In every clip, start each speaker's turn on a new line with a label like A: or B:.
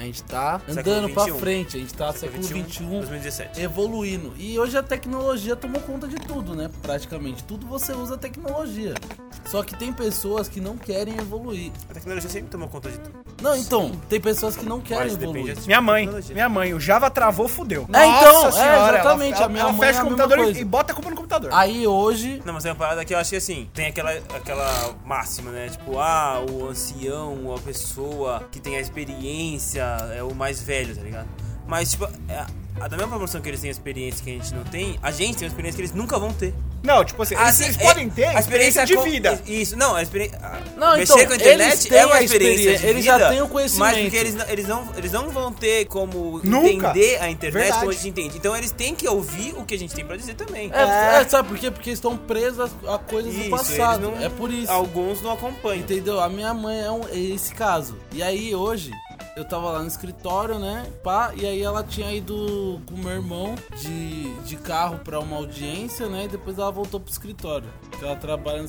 A: gente tá
B: Século
A: andando pra
B: 21.
A: frente, a gente tá século XXI
B: 2017.
A: evoluindo. E hoje a tecnologia tomou conta de tudo, né? Praticamente tudo você usa tecnologia. Só que tem pessoas que não querem evoluir.
B: A tecnologia sempre tomou conta de tudo.
A: Não, então, tem pessoas que não querem
B: Mas depende
A: evoluir.
B: desse tipo
C: Minha
B: de
C: mãe,
B: tecnologia.
C: minha mãe, o Java travou, fudeu.
A: É, então, é,
C: ela-
A: exatamente,
C: Ela,
A: a minha
C: ela
A: mãe é
C: fecha
A: a mesma
C: o computador e-
A: coisa. Ah,
C: e bota a culpa no computador.
A: Aí hoje,
B: Não, mas é uma parada que eu acho que assim, tem aquela, aquela máxima, né? Tipo, ah, o ancião, a pessoa que tem a experiência é o mais velho, tá ligado? Mas, tipo, é, a, da mesma proporção que eles têm a experiência que a gente não tem, a gente tem uma experiência que eles nunca vão ter.
C: Não, tipo assim, eles,
B: Assim,
C: eles
B: é-
C: podem ter
B: a experiência
A: é
C: de
B: com-
C: vida.
B: Isso, não, a experiência. a-
A: Não,
B: mexer
A: então,
B: com a internet
A: eles têm
B: é uma
A: a
B: experiência.
A: experiência,
B: de
A: eles já
B: vida,
A: têm o conhecimento.
B: Mas porque eles não, eles não, eles não vão ter como
C: Nunca.
B: entender a internet
C: Verdade.
B: como a gente entende. Então eles têm que ouvir o que a gente tem pra dizer também.
A: é,
C: É.
A: é, sabe por quê? Porque estão presas a coisas
B: Isso,
A: do
B: eles
A: passado.
B: não-
A: É por isso.
B: Alguns não acompanham.
A: Entendeu? A minha mãe é, um- é esse caso. E aí, hoje, eu tava lá no escritório, né? Pá, e aí ela tinha ido com meu irmão de, de carro pra uma audiência, né? E depois ela voltou pro escritório. Que ela trabalha. no-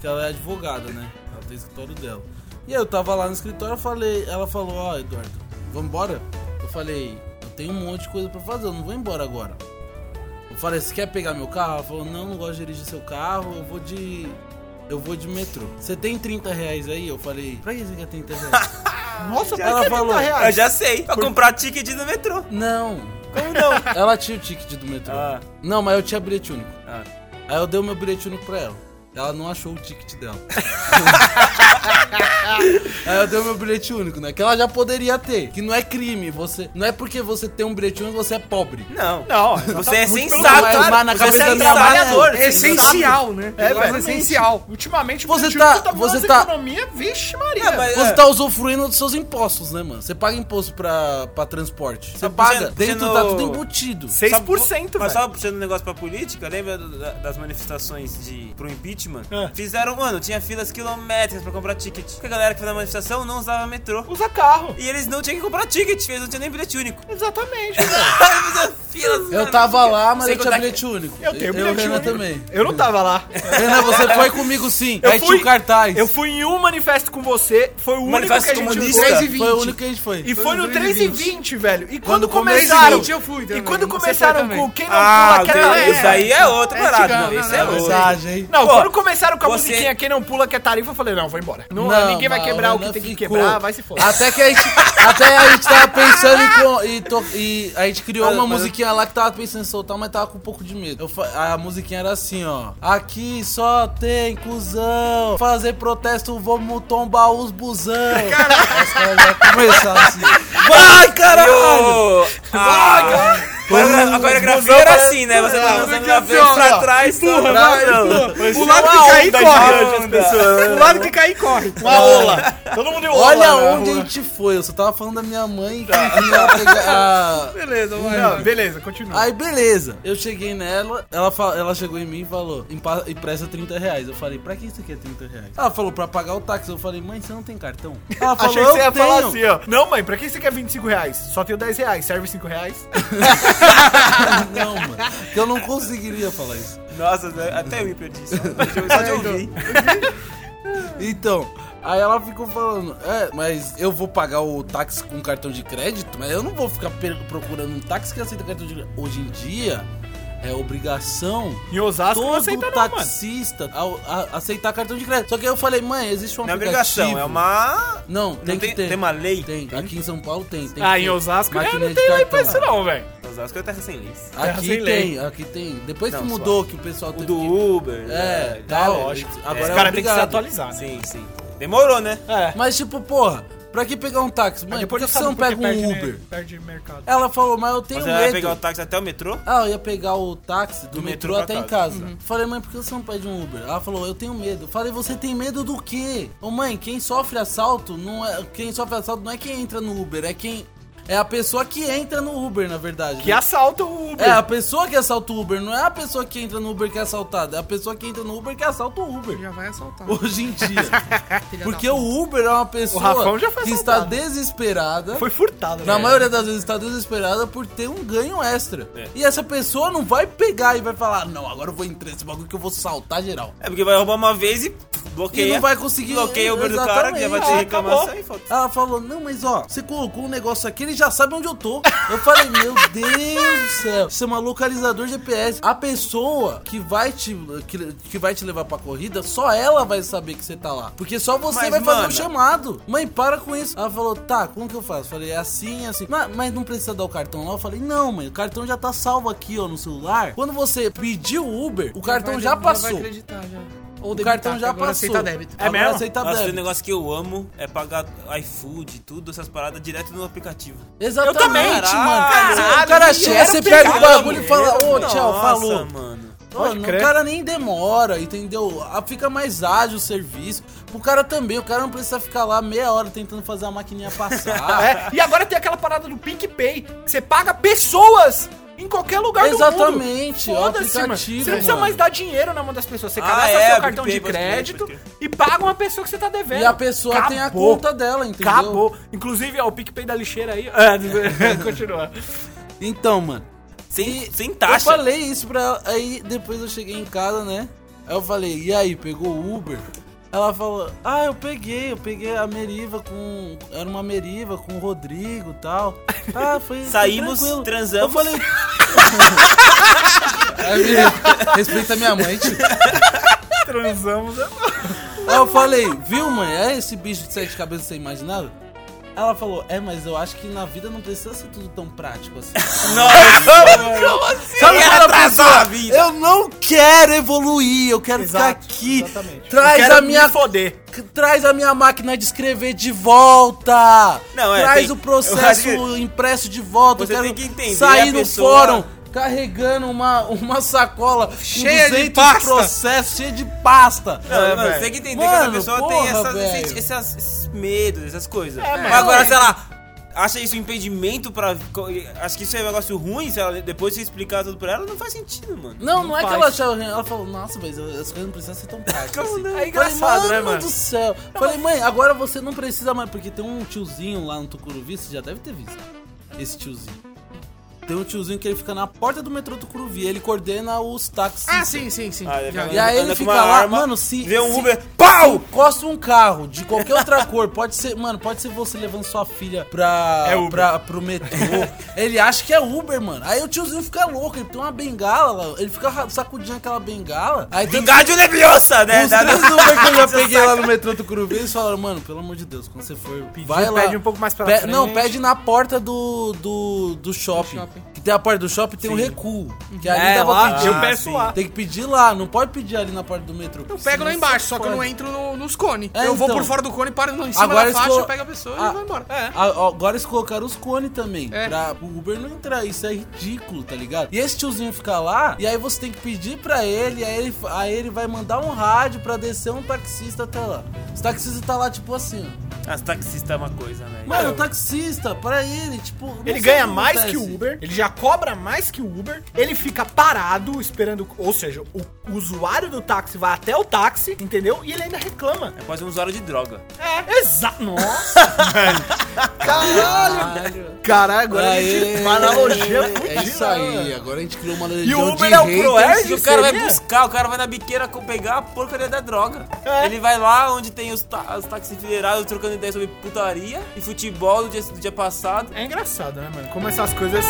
A: Que ela é advogada, né? Ela tem o escritório dela. E aí eu tava lá no escritório, eu falei. Ela falou: Ó, Eduardo, vambora? Eu falei: Eu tenho um monte de coisa pra fazer, eu não vou embora agora. Eu falei, você quer pegar meu carro? Ela falou, não, não gosto de dirigir seu carro, eu vou de. Eu vou de metrô. Você tem 30 reais aí? Eu falei, pra que você quer 30 reais?
C: Nossa, por
A: ela
C: que 30
A: falou.
B: Eu
C: reais?
B: já sei, pra comprar ticket no metrô.
A: não.
C: Como não?
A: Ela tinha o ticket do metrô.
B: Ah,
A: Não, mas eu tinha bilhete único.
B: ah.
A: Aí eu dei o meu bilhete único pra ela. Ela não achou o ticket dela. Aí eu dei o meu bilhete único, né? Que ela já poderia ter. Que não é crime. Você. Não é porque você tem um bilhete único, você é tá pobre.
B: Não.
C: Não, um tá
B: Você é
C: muito pelo
B: sensato.
C: contrário.
A: mas na
B: Você
A: cabeça
B: é
A: da minha mãe,
B: trabalhador.
D: É essencial, né?
C: tá É, velho,
B: Exatamente.
C: essencial. Ultimamente,
A: Você
C: Brasil
A: tá-
C: tá
A: você
C: voando
A: tá-
C: a economia, vixe Maria.
B: Ah, mas-
A: Você
B: É.
A: tá usufruindo dos seus impostos, né, mano? Você paga imposto pra, pra transporte. Você
B: Tá
A: paga.
B: puxando-
A: Dentro
B: puxando-
A: tá tudo embutido.
C: 6%,
B: Mas
C: velho.
B: só puxando o negócio pra política, lembra do- da- das manifestações de, pro impeachment?
C: É.
B: Fizeram, mano, tinha filas quilométricas pra comprar ticket. Porque a galera que fez a manifestação não usava metrô.
C: Usa carro.
B: E eles não tinham que comprar ticket, eles não tinham nem bilhete único.
C: Exatamente, velho.
B: filas,
A: Eu tava lá, mas
B: Sem
A: eu tinha
B: contar que-
A: bilhete único.
C: Eu tenho
A: Eu,
C: bilhete
A: Renan,
C: único.
A: também.
C: Eu não tava lá.
A: Renan, você foi comigo sim.
C: Eu
A: aí
C: fui-
A: tinha o cartaz.
C: Eu fui em um manifesto com você, foi o único que a
B: Manifesto
C: gente
B: comunista.
C: usou.
D: 3
A: Foi
D: e
A: o
D: 20.
A: único que a gente foi.
C: E foi no 3 e 20, velho. E
A: Quando
C: quando,
A: começou
C: começaram...
D: 3,20 eu fui
C: E
D: também.
C: quando
D: Você foi
C: começaram
D: também.
C: com quem não é
B: Ah,
C: pula quer tarifa...
B: isso aí é outro
D: É
B: barato,
D: tigano,
B: não, isso
D: não,
B: é
D: não,
B: outro.
A: Mensagem, hein?
C: Não,
B: Pô,
C: quando começaram com a
B: você-
C: musiquinha quem não pula quer tarifa, eu falei, não, vou embora. Não, ninguém vai
A: mas
C: quebrar o que
A: Renan
C: tem que
A: ficou. Ah,
C: quebrar, vai se foder.
A: Até que a gente, até a gente tava pensando em, co- e to- e a gente criou
B: Mas-
A: uma
B: mas-
A: musiquinha lá que tava pensando em soltar, mas tava com um pouco de medo. Eu fa- a musiquinha era assim, ó. Aqui só tem cuzão, fazer protesto, vamos tombar os busão. Os caras já começaram assim. Vai, caralho!
B: Ô, ah, agora- A coreografia era assim, né? Você tá
A: um
B: lançando na frente pra trás, empurra,
C: O
A: é
C: lado que cair, corre. O lado que cair, corre. Uma ola. Todo mundo em ola.
A: Olha
C: na
A: onde a
C: rua. Tá.
A: gente foi. Eu só tava falando da minha mãe que ia pegar a-
D: Beleza, vai.
C: Não, beleza, continua.
A: Aí beleza, eu cheguei nela, ela, fa- ela chegou em mim e falou: "Empa- empresta 30 reais. Eu falei, pra que isso aqui é 30 reais? Ela falou, pra pagar o táxi. Eu falei, mãe, você não tem cartão? Ela Ah, falou,
C: Achei que você
A: eu
C: ia
A: tenho.
C: falar assim, ó. Não, mãe, pra que você quer 25 reais? Só tenho 10 reais, serve 5 reais.
A: não, mano, que eu não conseguiria falar isso.
B: Nossa, até eu me perdi. Só só de ouvir.
A: Então, aí ela ficou falando, é, mas eu vou pagar o táxi com cartão de crédito? Mas eu não vou ficar per- procurando um táxi que aceita cartão de crédito. Hoje em dia, é obrigação
C: Em Osasco não
A: todo
C: aceita não, mano.
A: taxista ao- a- aceitar cartão de crédito. Só que aí eu falei, mãe, existe um
B: Não é
A: aplicativo.
B: obrigação, é uma.
A: Não, tem
B: não
A: que ter.
B: tem uma lei.
A: Tem. Aqui em São Paulo tem. tem
C: Ah,
A: que
C: em
A: ter.
C: Osasco já
A: Máquina
C: não
A: de
C: tem lei
A: cartão.
C: pra isso não, velho.
B: Osasco é terra sem leis.
C: Terra
A: Aqui
C: sem lei.
A: tem, aqui tem. Depois
B: Não,
A: que mudou, que o pessoal
B: O
A: teve
B: do
A: que-
B: Uber.
A: É,
B: né?
A: tá
C: lógico.
A: lógico. Agora
C: Os
A: é
C: caras têm que se
A: obrigado.
C: atualizar, né?
B: Sim, sim. Demorou, né?
C: É.
A: Mas tipo, porra, pra que pegar um táxi? Mãe, por que você não pega um Uber? É
C: Perde né? mercado.
A: Ela falou, mas eu tenho
B: Você vai
A: medo.
B: pegar o táxi até o metrô?
A: Ah, eu ia pegar o táxi do,
B: Do
A: metrô,
B: metrô pra
A: até em casa. Falei, mãe, por que você não pede um Uber? Ela falou, eu tenho medo. Falei, você tem medo do quê? Ô mãe, quem sofre assalto não é. Quem sofre assalto não é quem entra no Uber, é quem. É a pessoa que entra no Uber, na verdade.
C: Que
A: né?
C: assalta o Uber.
A: É, a pessoa que assalta o Uber, não é a pessoa que entra no Uber que é assaltada, é a pessoa que entra no Uber que assalta o Uber.
D: Já vai assaltar.
A: Hoje em dia.
D: filha
A: Porque
D: da
A: o
D: puta.
A: Uber é uma
C: Rafão
A: pessoa
C: já foi
A: que está
C: assaltado.
A: desesperada.
C: Foi furtado,
A: Na
C: né?
A: maioria das vezes está desesperada por ter um ganho extra.
B: É.
A: E essa pessoa não vai pegar e vai falar: Não, agora eu vou entrar nesse bagulho que eu vou saltar geral.
B: É porque vai roubar uma vez e.
A: E
B: bloqueia.
A: não vai conseguir.
B: Bloqueia o Uber do cara, que já vai ter
A: Exatamente. Ah,
B: reclamação e foda
A: Ela falou, não, mas ó, você colocou um negócio aqui, ele já sabe onde eu tô. Eu falei, meu Deus do céu, isso é uma localizador GPS. A pessoa que vai te, que, que vai te levar pra corrida, só ela vai saber que você tá lá. Porque só você
B: Mas,
A: vai fazer o
B: mano-
A: chamado. Mãe, para com isso. Ela falou, tá, como que eu faço? Falei, é assim, é assim. Mas, mas não precisa dar o cartão lá? Eu falei, não, mãe, o cartão já tá salvo aqui, ó, no celular. Quando você pediu o Uber, o cartão
D: Vai-
A: já
D: vai
A: passou.
D: acreditar, já. Ou
A: O
D: debitar,
A: cartão
D: que
A: já
D: agora
A: passou.
D: aceita débito.
C: É mesmo?
A: Aceita
B: Nossa, tem um
A: débito.
B: negócio que eu amo é pagar iFood, tudo, essas paradas direto no aplicativo.
A: Exatamente,
C: também,
A: mano.
B: caralho,
A: o um cara assim, chega, você pega o
C: pirado,
A: bagulho e fala, ô, tchau,
B: Nossa,
A: falou.
B: mano.
A: Mano, o
C: crer.
A: cara nem demora, entendeu? Ah, Fica mais ágil o serviço. Pro cara também, o cara não precisa ficar lá meia hora tentando fazer a maquininha passar.
C: É, e agora tem aquela parada do PicPay, que você paga pessoas em qualquer lugar
A: Exatamente,
C: do
A: é
C: tá mundo.
A: o
C: Foda-se, mano. Você
A: aplicativo,
C: não precisa
A: mano.
C: mais dar dinheiro na mão das pessoas. Você
B: Ah,
C: cadastra
B: é,
C: seu cartão de
B: PicPay, pode crer,
C: crédito
B: pode crer.
C: e paga uma pessoa que você tá devendo.
A: E a pessoa tem a
C: Acabou.
A: conta dela, entendeu?
C: Acabou. Inclusive, ó, o PicPay da lixeira aí. Ah, Continua.
A: Então, mano.
B: Sem, sem
A: Eu
B: taxa.
A: falei isso pra ela, aí depois eu cheguei em casa, né? Aí eu falei, e aí, pegou o Uber? Ela falou, ah, eu peguei, eu peguei a Meriva com. Era uma Meriva com o Rodrigo e tal. Ah, foi. foi
B: Saímos,
A: tranquilo. Eu
B: transamos.
A: falei. Aí, Meriva, Respeita minha mãe, tio.
C: Transamos.
B: né?
A: Aí eu falei, viu, mãe? É esse bicho de sete cabeças sem imaginava? Ela falou, é, mas eu acho que na vida não precisa ser tudo tão prático assim. Sabe aquela
B: Ele
C: é,
B: atrasou
A: pessoa?
B: a vida.
A: Eu não quero evoluir, eu quero
C: Exato,
A: ficar aqui.
C: exatamente.
A: Traz
C: tá. Quero
A: a
C: me
A: minha
C: foder.
A: c- traz a minha máquina de escrever de volta.
B: Não, é,
A: traz
B: tem-
A: o
B: eu acho
A: processo
B: que-
A: impresso de volta.
B: Você
A: eu quero
B: tem que entender
A: sair
B: a
A: no
B: pessoa-
A: fórum carregando uma, uma sacola
C: Cheia de
A: com 200
C: pasta.
A: processos, cheia de pasta.
B: Não, É, mano,
C: velho.
B: você tem que entender que
A: Mano,
B: essa pessoa
A: porra,
B: tem essas-
A: velho.
B: esses, essas- esses medos, essas coisas.
A: É,
C: mano.
B: Mas agora, sei lá, acha isso um impedimento pra. co- Acho que isso é um negócio ruim, se ela, depois você explicar tudo pra ela, não faz sentido, mano.
A: Não, não, é
C: faz.
A: que ela achava ruim. Ela falou, nossa, mas as coisas não precisam ser tão práticas. assim.
C: É engraçado,
A: falei,
C: né,
A: mano
C: mano?
A: do céu. falei, mãe, agora você não precisa mais, porque tem um tiozinho lá no Tucuruvi, você já deve ter visto esse tiozinho. Tem um tiozinho que ele fica na porta do metrô Tucuruvi, ele coordena os táxis.
D: Ah, sim, sim, sim.
B: Ah,
D: já.
B: deve-
A: E aí
B: Anda
A: ele
B: com
A: fica
B: uma
A: lá,
B: arma,
A: mano, se...
B: Vê um
A: se-
B: Uber.
A: se
B: Pau!
A: encosta um carro de qualquer outra cor, pode ser, mano, pode ser você levando sua filha pra,
C: É Uber.
A: pra pro metrô. ele acha que é Uber, mano. Aí o tiozinho fica louco, ele tem uma bengala, lá, ele fica ra- sacudindo aquela bengala. Aí tanto-
B: Vingar de Leviosa,
D: É,
B: né?
A: os
B: Da- da-
A: três Uber que eu já peguei lá no metrô do Curuvi, eles falaram, mano, pelo amor de Deus, quando você for, vai lá.
C: pede um pouco mais pra frente.
A: Não, pede na porta do, do, do, shopping,
D: shopping.
A: Que tem a porta do shopping, tem um recuo.
D: Uhum.
A: Que ali
B: É,
A: dá pra
B: lá
A: pedir.
C: eu peço lá.
A: Tem que pedir lá, não pode pedir ali na porta do metrô.
D: Eu pego lá embaixo, só que eu não entro no- nos cones.
A: É,
D: eu vou
A: então.
D: por fora do cone, paro no- em cima
A: Agora
D: da faixa,
A: esco-
D: eu pego a pessoa
A: Ah.
D: e vou embora. É.
A: A- Agora eles colocaram os cones também.
D: É.
A: Pra o Uber não entrar. Isso é ridículo, tá ligado? E esse tiozinho fica lá, e aí você tem que pedir pra ele, aí ele, aí ele vai mandar um rádio pra descer um taxista até lá. Os taxistas tá lá, tipo assim. ó.
B: As taxistas é uma coisa, velho.
A: Mano, o taxista, pra ele, tipo. não
C: Ele
A: sei
C: ganha
A: o que
C: mais
A: acontece.
C: que o Uber, ele já cobra mais que o Uber, ele fica parado esperando, ou seja, o usuário do táxi vai até o táxi, entendeu? E ele ainda reclama.
B: é quase um usuário de droga.
C: É, exato. Nossa, Caralho. Caralho, agora a
A: Aê,
C: gente uma analogia
A: É
C: fudida,
A: isso aí, agora a gente criou uma
C: E
A: legião
C: o
A: de
C: Uber é o
A: haters.
C: Proerd,
B: E o cara vai
C: seria?
B: buscar, o cara vai na biqueira co- pegar a porcaria da droga.
C: É.
B: Ele vai lá onde tem os, ta os táxis federados trocando ideia sobre putaria e futebol do dia, do dia passado.
C: É engraçado, né, mano? Como essas coisas...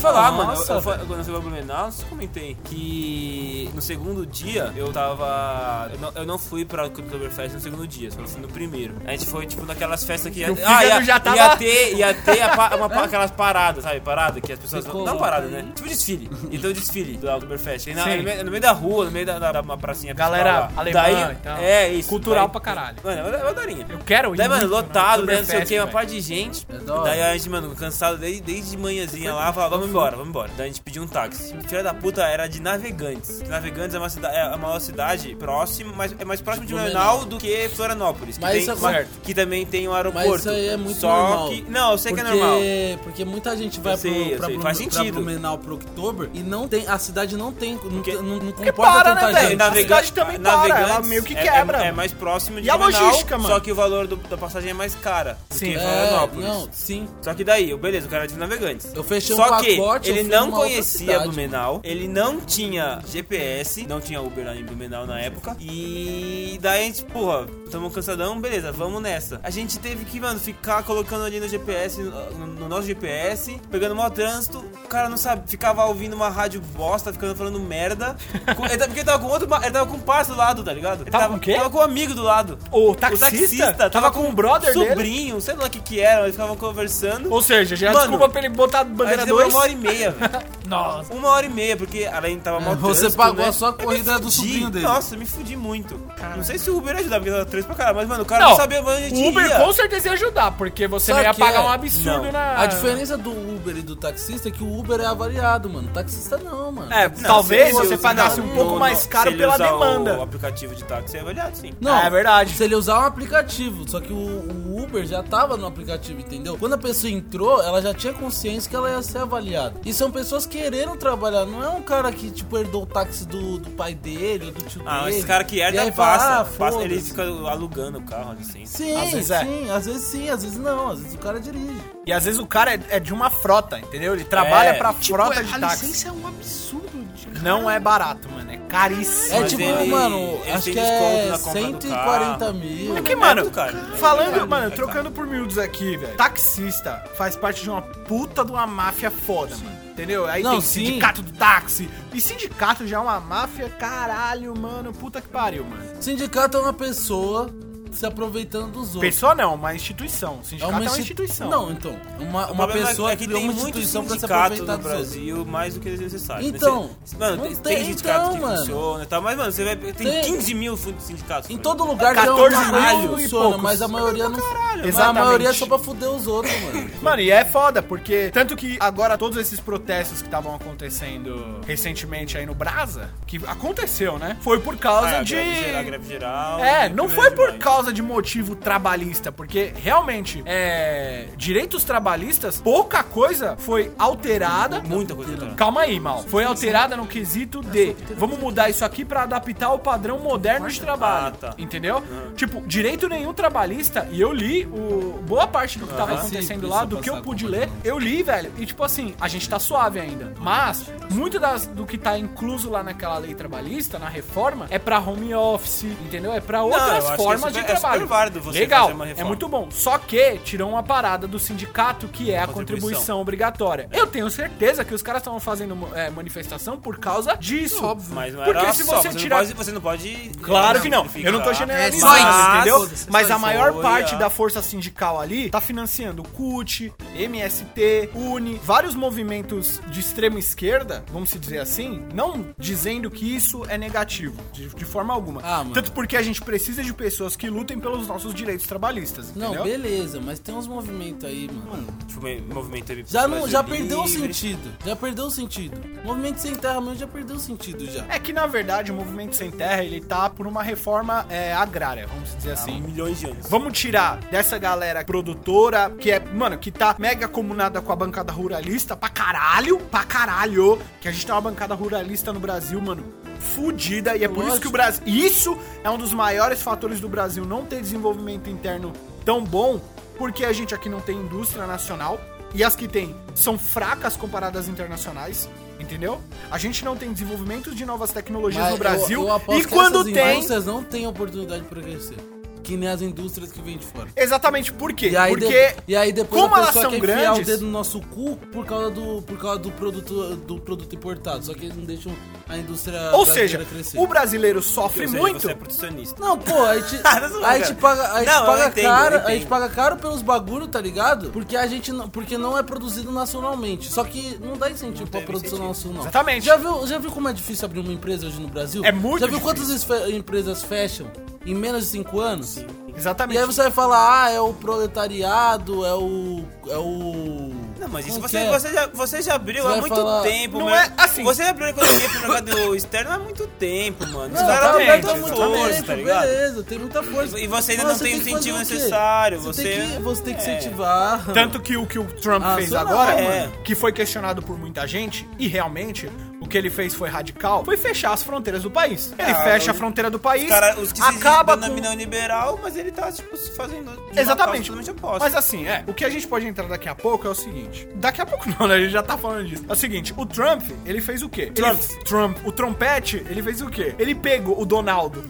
B: falar, mano. Eu,
A: Nossa,
B: eu, fa- quando eu fui pra Blumenau, eu comentei que no segundo dia eu tava. Eu não, eu não fui pra Oktoberfest no segundo dia, só fui no primeiro. A gente foi, tipo, naquelas festas que ia, ah,
C: O fígado
B: ia,
C: já tava-
B: ia ter, ia ter a pa- uma pa- aquelas paradas, sabe? Parada que as pessoas.
A: Você
B: Não,
A: coloca
B: parada,
A: aí.
B: né? Tipo desfile. Então desfile do Oktoberfest. E na-
C: Sim.
B: No, meio- no meio da rua, no meio da, da- da uma pracinha. principal
C: Galera
B: lá.
C: alemã
B: Daí-
C: e tal.
B: É, isso.
C: Cultural
B: Daí-
C: pra caralho.
B: Mano, é eu, eu adorinha.
C: Eu quero ir.
B: Daí, mano,
C: muito,
B: lotado, né? Não sei o
C: Oktoberfest,
B: que, uma
C: velho.
B: parte de gente.
A: É da hora.
B: Daí a gente, mano, cansado desde, desde manhãzinha lá, falava, vamos embora, vamos embora. Daí a gente pediu um táxi. Filha da puta era de Navegantes. Navegantes é uma, cida- é a maior cidade próxima, mas é mais próximo
C: Tipo,
B: de Blumenau do que Florianópolis. Que,
A: Mas
B: tem,
A: isso é
B: uma-
A: certo.
B: que também tem um aeroporto.
A: Mas isso aí é muito
B: Só
A: normal.
B: que. Não, eu sei
A: porque,
B: que é normal.
A: Porque muita gente vai
B: Eu sei,
A: pro,
B: eu
A: pra,
B: sei,
A: Blumen-
B: faz
A: pra
B: sentido.
A: Blumenau pro Oktober e não tem. A cidade não tem. Não,
B: Porque-
A: não, não
C: porque
A: comporta
C: para,
A: tanta
C: né, velho?
A: gente.
C: Na
B: Navega-
C: cidade também para,
B: Navegantes
C: ela meio que
B: é- é-
C: quebra.
B: É, mais próximo de
C: E a
B: Blumenau,
C: logística, mano?
B: Só que o valor do- da passagem é mais cara do
C: Sim.
B: que
C: É,
B: Florianópolis.
A: não, sim.
B: Só que daí, eu- beleza, o cara é de navegantes.
A: Eu fechei um
B: Só
A: pacote,
B: que
A: eu
B: ele
A: fui
B: não
A: numa outra
B: conhecia
A: cidade,
B: Blumenau, ele não tinha GPS, não tinha Uber lá em Blumenau na época. E daí a gente, porra, tamo cansadão, beleza, vamos nessa. A gente teve que, mano, ficar colocando ali no GPS, no, no nosso GPS, pegando maior trânsito. O cara não sabe, ficava ouvindo uma rádio bosta, ficando falando merda. Com- ele, tá- porque ele tava com outro, ma- ele tava com um parceiro do lado, tá ligado? Ele
C: Tava com o quê?
B: Tava com um amigo do lado.
C: O taxista, tava, com o brother
B: sobrinho,
C: dele.
B: sei lá o que que era, eles ficavam conversando.
C: Ou seja, já
B: Mano,
C: desculpa pra ele botar a
B: Aí
C: bandeira
B: demorou
C: 2.
B: uma hora e meia, velho.
C: Nossa.
B: Uma hora e meia, porque além
C: É,
B: tava mal
A: Você
B: trânsito,
A: pagou
B: né?
A: a sua corrida do
B: Fudi.
A: sobrinho dele.
B: Nossa, eu me fudi muito. Não sei se o Uber ia ajudar, porque tava três pra caralho. Mas, mano, o cara não,
C: Não,
B: sabia onde a gente
C: o Uber
B: ia.
C: com certeza ia ajudar, porque você não
A: Sabe
C: ia
A: que
C: pagar
A: é?
C: um absurdo
B: Não.
C: na...
A: A diferença do Uber e do taxista é que o Uber é avaliado, mano. O taxista não, mano.
C: É,
B: Não,
C: talvez
B: se ele
C: você
B: usar-
C: pagasse um
B: não,
C: pouco
B: não,
C: mais
B: se
C: caro
B: ele
C: pela
B: usar
C: demanda.
B: O aplicativo de táxi é avaliado, sim.
A: Não,
C: Ah, é verdade.
A: Se ele usar um aplicativo, só que o, o Uber já tava no aplicativo, entendeu? Quando a pessoa entrou, ela já tinha consciência que ela ia ser avaliada. E são pessoas querendo trabalhar, não é um cara que, tipo, herdou o táxi do, do pai dele ou do tio dele.
B: Ah, mas esse cara que
A: E
B: herda
A: aí fala,
B: passa,
A: ah,
B: passa. Ele
A: foda-se.
B: fica alugando o carro, assim.
A: Sim,
C: Às vezes é.
A: sim, às vezes sim, às vezes não, às vezes o cara dirige.
C: E às vezes o cara é, é de uma frota, entendeu? Ele trabalha
B: É,
C: pra
D: Tipo,
C: frota
D: é-
C: de
D: a
C: táxi.
D: licença é um absurdo. de-
C: Não é barato, mano. É caríssimo.
A: É
B: Mas
A: tipo,
B: ele-
A: mano,
B: ele
A: acho
B: tem
A: que
B: desconto
A: é
B: na compra do
A: 140
B: carro.
A: mil.
C: É que,
B: É
C: mano,
B: muito caro.
C: falando,
B: É caro,
C: mano,
B: é
C: trocando por miúdos aqui, velho. Taxista faz parte de uma puta de uma máfia foda, mano. Entendeu? Aí
A: Não,
C: tem
A: sim.
C: sindicato do táxi. E sindicato já é uma máfia, caralho, mano. Puta que pariu, mano.
A: Sindicato é uma pessoa se aproveitando dos outros.
C: Pessoa não, uma instituição. Sindicato é uma,
A: insti-
C: instituição.
A: Não, então. Uma,
B: O
A: uma
B: problema
A: pessoa
B: é que
A: criou
B: tem
A: uma
B: muito
A: instituição pra se
B: sindicato
A: aproveitar
B: no
A: dos outros.
B: Brasil mais do que necessário. né?
A: Então,
B: Você- mano,
A: não
B: tem,
A: tem,
B: tem sindicato
A: então,
B: que
A: mano.
B: funciona e tal, mas, mano, você vai, tem,
A: Tem.
B: 15 mil fu- sindicatos.
A: Em
B: mano.
A: todo lugar
C: 14
A: tem alguma coisa
C: mil
A: que
C: e
A: funciona,
C: poucos.
A: mas a maioria não. Mas a
C: Exatamente.
A: maioria é só pra fuder os outros, mano.
C: Mano, e é foda, porque tanto que agora todos esses protestos que estavam acontecendo recentemente aí no Brasa, que aconteceu, né? Foi por causa
B: Ah, a
C: de.
B: Greve geral, greve geral.
C: É,
B: e
C: não
B: primeiro
C: foi
B: de
C: por
B: maio.
C: causa de motivo trabalhista, porque realmente, é, direitos trabalhistas, pouca coisa foi alterada.
B: Muita coisa. Cara.
C: Calma aí, mal. Foi alterada no quesito de vamos mudar isso aqui pra adaptar ao padrão moderno de trabalho.
B: Ah, tá.
C: Entendeu? Tipo, direito nenhum trabalhista, e eu li o boa parte do que tava
A: Aham.
C: acontecendo
A: Sim,
C: lá,
A: precisa
C: do que eu
A: passar
C: pude
A: com
C: ler, eu li, velho. E tipo assim, a gente tá suave ainda. Mas muito das, do que tá incluso lá naquela lei trabalhista, na reforma, é pra home office, entendeu? É pra
B: eu
C: outras
B: acho que é
C: formas
B: super-
C: de
B: é super
C: trabalho.
B: válido você
C: Legal,
B: fazer uma
C: é
B: reforma.
C: muito bom. Só que tirou uma parada do sindicato que é a
B: contribuição.
C: contribuição obrigatória. Eu tenho certeza que os caras estavam fazendo é, manifestação por causa disso.
D: Óbvio.
B: Mas não
C: Porque
B: era
C: se
B: só,
C: você
B: você,
C: tirar-
B: não pode, você não pode.
C: Claro que não. Eu não tô generalizando,
D: É só isso,
C: entendeu?
D: foda-se, é só
C: Mas a
D: isso.
C: maior
B: Olha.
C: parte da força sindical ali tá financiando o CUT, MST, UNE, vários movimentos de extrema esquerda, vamos se dizer assim, não dizendo que isso é negativo, de, de forma alguma.
A: Ah, mano.
C: Tanto porque a gente precisa de pessoas que lutem pelos nossos direitos trabalhistas,
A: Não,
C: entendeu?
A: beleza, mas tem uns movimentos aí, mano.
B: Tipo, movimento ali pro
A: Já, não,
B: Brasil
A: já perdeu o
B: é livre.
A: sentido. Já perdeu o sentido. O movimento sem terra mesmo já perdeu o sentido já.
C: É que, na verdade, o Movimento Sem Terra, ele tá por uma reforma é, agrária, vamos
D: Ah,
C: dizer
B: Há
C: assim.
B: milhões de anos.
C: Vamos tirar dessa galera produtora, que é, mano, que tá mega comunada com a bancada ruralista pra caralho, pra caralho. Que a gente tem uma bancada ruralista no Brasil, mano, fudida. E é por isso que
A: Lógico.
C: o Brasil. Isso é um dos maiores fatores do Brasil não ter desenvolvimento interno tão bom, porque a gente aqui não tem indústria nacional. E as que tem são fracas comparadas às internacionais. Entendeu? A gente não tem desenvolvimento de novas tecnologias
A: Mas
C: no
A: eu-
C: Brasil.
A: eu aposto
C: e
A: que
C: quando
A: essas
C: tem.
A: indústrias não têm oportunidade pra crescer. que nem as indústrias que vêm de fora.
C: Exatamente, por quê?
A: E aí, de-
C: Porque
A: e aí depois
C: como
A: a
C: elas
A: pessoa
C: são
A: quer enfiar o
C: grandes-
A: dedo no nosso cu por causa do, por causa do, produto, do produto importado. Só que eles não deixam a indústria
C: Ou
A: brasileira
C: seja,
A: crescer.
C: o brasileiro sofre
B: Ou seja,
C: muito.
B: Você é protecionista.
A: Não, pô, a gente,
B: Ah, tá zoando,
A: a gente
B: cara.
A: paga, a gente
B: Não, eu
A: paga
B: entendo, eu
A: caro, a gente
B: entendo.
A: paga caro pelos bagulho, tá ligado? Porque a gente não, porque não é produzido nacionalmente. Só que não dá incentivo pra
B: teve
A: produção
B: incentivo.
A: nacional.
C: Exatamente.
A: Já viu, já viu como é difícil abrir uma empresa hoje no Brasil?
C: É muito
A: Já viu
C: difícil.
A: quantas esfe- empresas fecham em menos de 5 anos? E
B: é
C: Exatamente.
A: aí você vai falar, ah, é o proletariado, é o é o
B: Não, mas isso
A: Como
B: você,
A: que é?
B: você, já, você já abriu
A: Você
B: há
A: vai
B: muito
A: falar-
B: tempo,
C: Não
B: mano.
C: é- assim-
B: Você já abriu a economia pro mercado externo há muito tempo, mano. Isso
A: Não,
B: era
A: tá aberto há
B: muito
A: muito
B: força,
A: tempo,
B: tá ligado?
A: Beleza, tem muita força.
B: E você ainda
A: Mas
B: não tem
A: que
B: o
A: fazer
B: incentivo
A: o quê?
B: necessário,
A: Tem
B: você-
A: que, você tem que
B: É.
A: incentivar.
C: Tanto que o que o Trump
A: Ah,
C: fez
A: sei lá,
C: agora,
B: é.
C: mano, que foi questionado por muita gente, e realmente o que ele fez foi radical, foi fechar as fronteiras do país. Ele
B: Ah,
C: fecha a
B: o-
C: fronteira do país,
B: Os, cara, os que
C: acaba
B: se
C: com...
B: denominam liberal, mas ele tá, tipo, se fazendo. de uma
C: Exatamente.
B: causa totalmente oposta.
C: Mas assim, é. O que a gente pode entrar daqui a pouco é o seguinte. Daqui a pouco não, né? A gente já tá falando disso. É o seguinte, o Trump, ele fez o quê? Trump. Trump. O trompete, ele fez o quê? Ele pegou o Donaldo.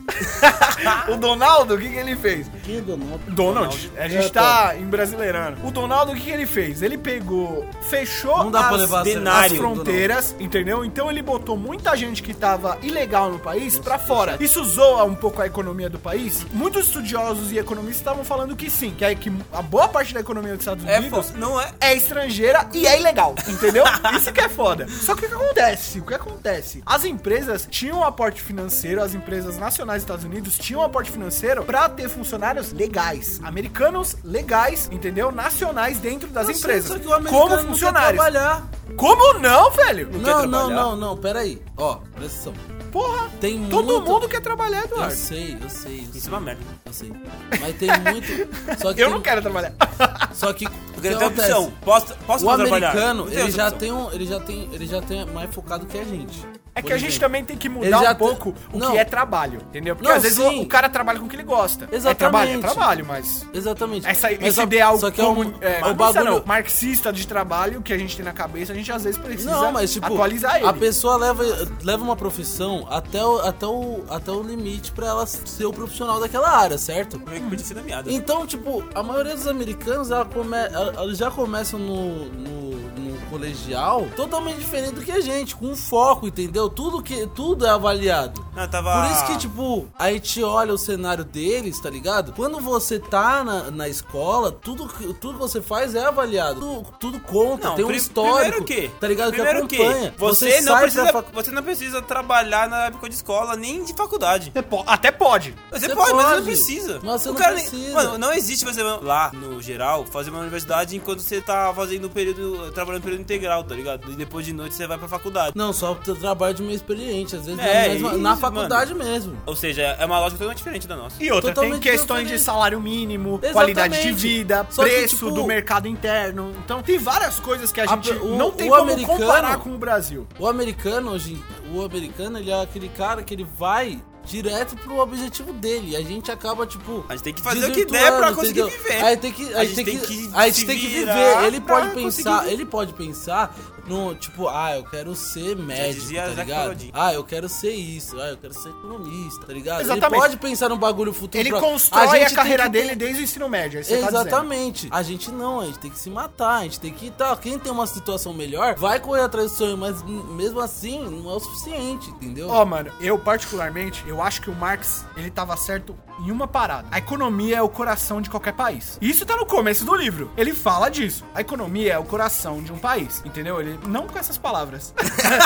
C: o Donaldo, o que, que ele fez?
A: Que Donaldo?
C: Donald. A gente tá em brasileirano. O Donaldo, o que, que ele fez? Ele pegou, fechou
A: Não dá pra
C: as,
A: levar a sério.
C: as
B: Denário,
C: fronteiras, entendeu? Então ele botou muita gente que tava ilegal no país pra fora. Isso zoa um pouco a economia do país. Muitos estudiosos e economistas estavam falando que sim, que, é que a boa parte da economia dos Estados
B: É
C: Unidos
B: força. Não é.
C: é estrangeira e é ilegal, entendeu? Isso que é foda. Só que o que acontece? O que acontece? As empresas tinham um aporte financeiro, as empresas nacionais dos Estados Unidos tinham um aporte financeiro pra ter funcionários legais, americanos legais, entendeu? Nacionais dentro das
A: Nossa,
C: empresas.
A: só que o americano
C: como
A: não quer
C: funcionários.
A: trabalhar.
C: Como não, velho? Então,
A: Não, não,
B: trabalhar?
A: não, não, peraí. Ó, presta atenção.
C: Porra,
A: Tem
C: todo
A: muito-
C: mundo quer trabalhar,
A: Eu
C: Eduardo.
A: sei, eu sei, eu
B: Isso é
A: sei,
B: uma merda.
A: eu sei. Mas tem muito. Só que
C: Eu
A: tem-
C: não quero trabalhar.
A: Só que.
B: Porque ele tem opção. Posso, posso
A: O
B: não trabalhar?
A: americano,
B: Não tem
A: ele
B: essa
A: já
B: opção.
A: tem um. Ele já tem. Ele já tem mais focado que a gente.
C: É que
A: Por
C: a gente
A: exemplo.
C: também tem que
A: Ele
C: mudar
A: já
C: um
A: tá-
C: pouco o
A: Não.
C: que é trabalho, entendeu? Porque
A: Não,
C: às vezes o,
A: sim.
C: o cara trabalha com o que ele gosta. É
A: Exatamente.
C: trabalho, é trabalho, mas...
A: Exatamente.
C: Essa,
A: Mas
C: esse
A: só-
C: ideal
A: Só que é um.
C: comu- é,
A: é um
C: comunista
A: bagulho.
C: não, marxista de trabalho que a gente tem na cabeça, a gente às vezes precisa
A: Não, mas tipo,
C: atualizar ele.
A: a pessoa leva, leva uma profissão até o, até, o, até o limite pra ela ser o profissional daquela área, certo?
B: Como é que podia ser da meada?
A: Então, tipo, a maioria dos americanos, ela come, ela- eles já começam no, no, no colegial totalmente diferente do que a gente, com foco, entendeu? Tudo que tudo é avaliado.
B: Não, tava.
A: Por isso que, tipo, a gente olha o cenário deles, tá ligado? Quando você tá na, na escola, tudo, que- tudo que você faz é avaliado. Tudo, tudo conta, tem um
B: pri-
A: histórico,
B: primeiro que,
A: tá ligado?
B: Primeiro
A: que
B: que,
A: acompanha.
B: você, não
A: sai
B: precisa,
A: da fac-
B: você não precisa trabalhar na época de escola, nem de faculdade.
C: Até É, po- Até pode.
B: Você,
A: Você
B: pode, mas você
A: pode.
B: não precisa.
A: Mas você
B: O
A: não
B: cara nem-
A: precisa.
B: Mano, não existe você lá, no geral, fazer uma universidade enquanto você tá fazendo o período. trabalhando o período integral, tá ligado? E depois de noite você vai pra faculdade.
A: Não, só tra- trabalho de meio experiente, às vezes
B: É,
A: mesmo-
B: isso,
A: na
B: mano.
A: faculdade mesmo.
B: Ou seja, é uma lógica totalmente diferente da nossa.
C: E outra, tem
A: Totalmente
C: questões de
A: diferente.
C: salário mínimo,
A: Exatamente.
C: qualidade de vida,
A: Só que,
C: preço
A: tipo,
C: do mercado interno. Então tem várias coisas que a
A: A
C: gente
A: pe- o-
C: não tem
A: o
C: como
A: americano-
C: comparar com o Brasil.
A: O americano hoje, em- o americano, ele é aquele cara que ele vai direto pro objetivo dele. E a gente acaba tipo
B: A gente tem que fazer o que der pra conseguir
A: desvirtuando, entendeu?
B: viver.
A: Aí tem que, a gente tem que, a gente
B: se
A: tem que
B: virar
A: viver. Ele
B: pra
A: pode
B: conseguir
A: pensar,
B: viver.
A: ele pode pensar no tipo, ah, eu quero ser médico,
B: dizia
A: tá
B: Zeca
A: ligado?
B: Pagodinho.
A: Ah, eu quero ser isso. Ah, eu quero ser economista, tá ligado? Ele
C: Exatamente.
A: pode pensar no bagulho futuro.
C: Ele
A: pra-
C: constrói a,
A: Então, gente tem
C: carreira
A: que ter-
C: dele desde o ensino médio, aí você tá dizendo.
A: Exatamente. a gente não, a gente tem que se matar, a gente tem que tal. Quem tem uma situação melhor vai correr atrás do sonho, mas hum, mesmo assim não é o suficiente, entendeu?
C: Ó, mano, eu particularmente, eu acho que o Marx, ele tava certo em uma parada. A economia é o coração de qualquer país. E Isso tá no começo do livro. Ele fala disso. A economia é o coração de um país, entendeu? Ele não com essas palavras.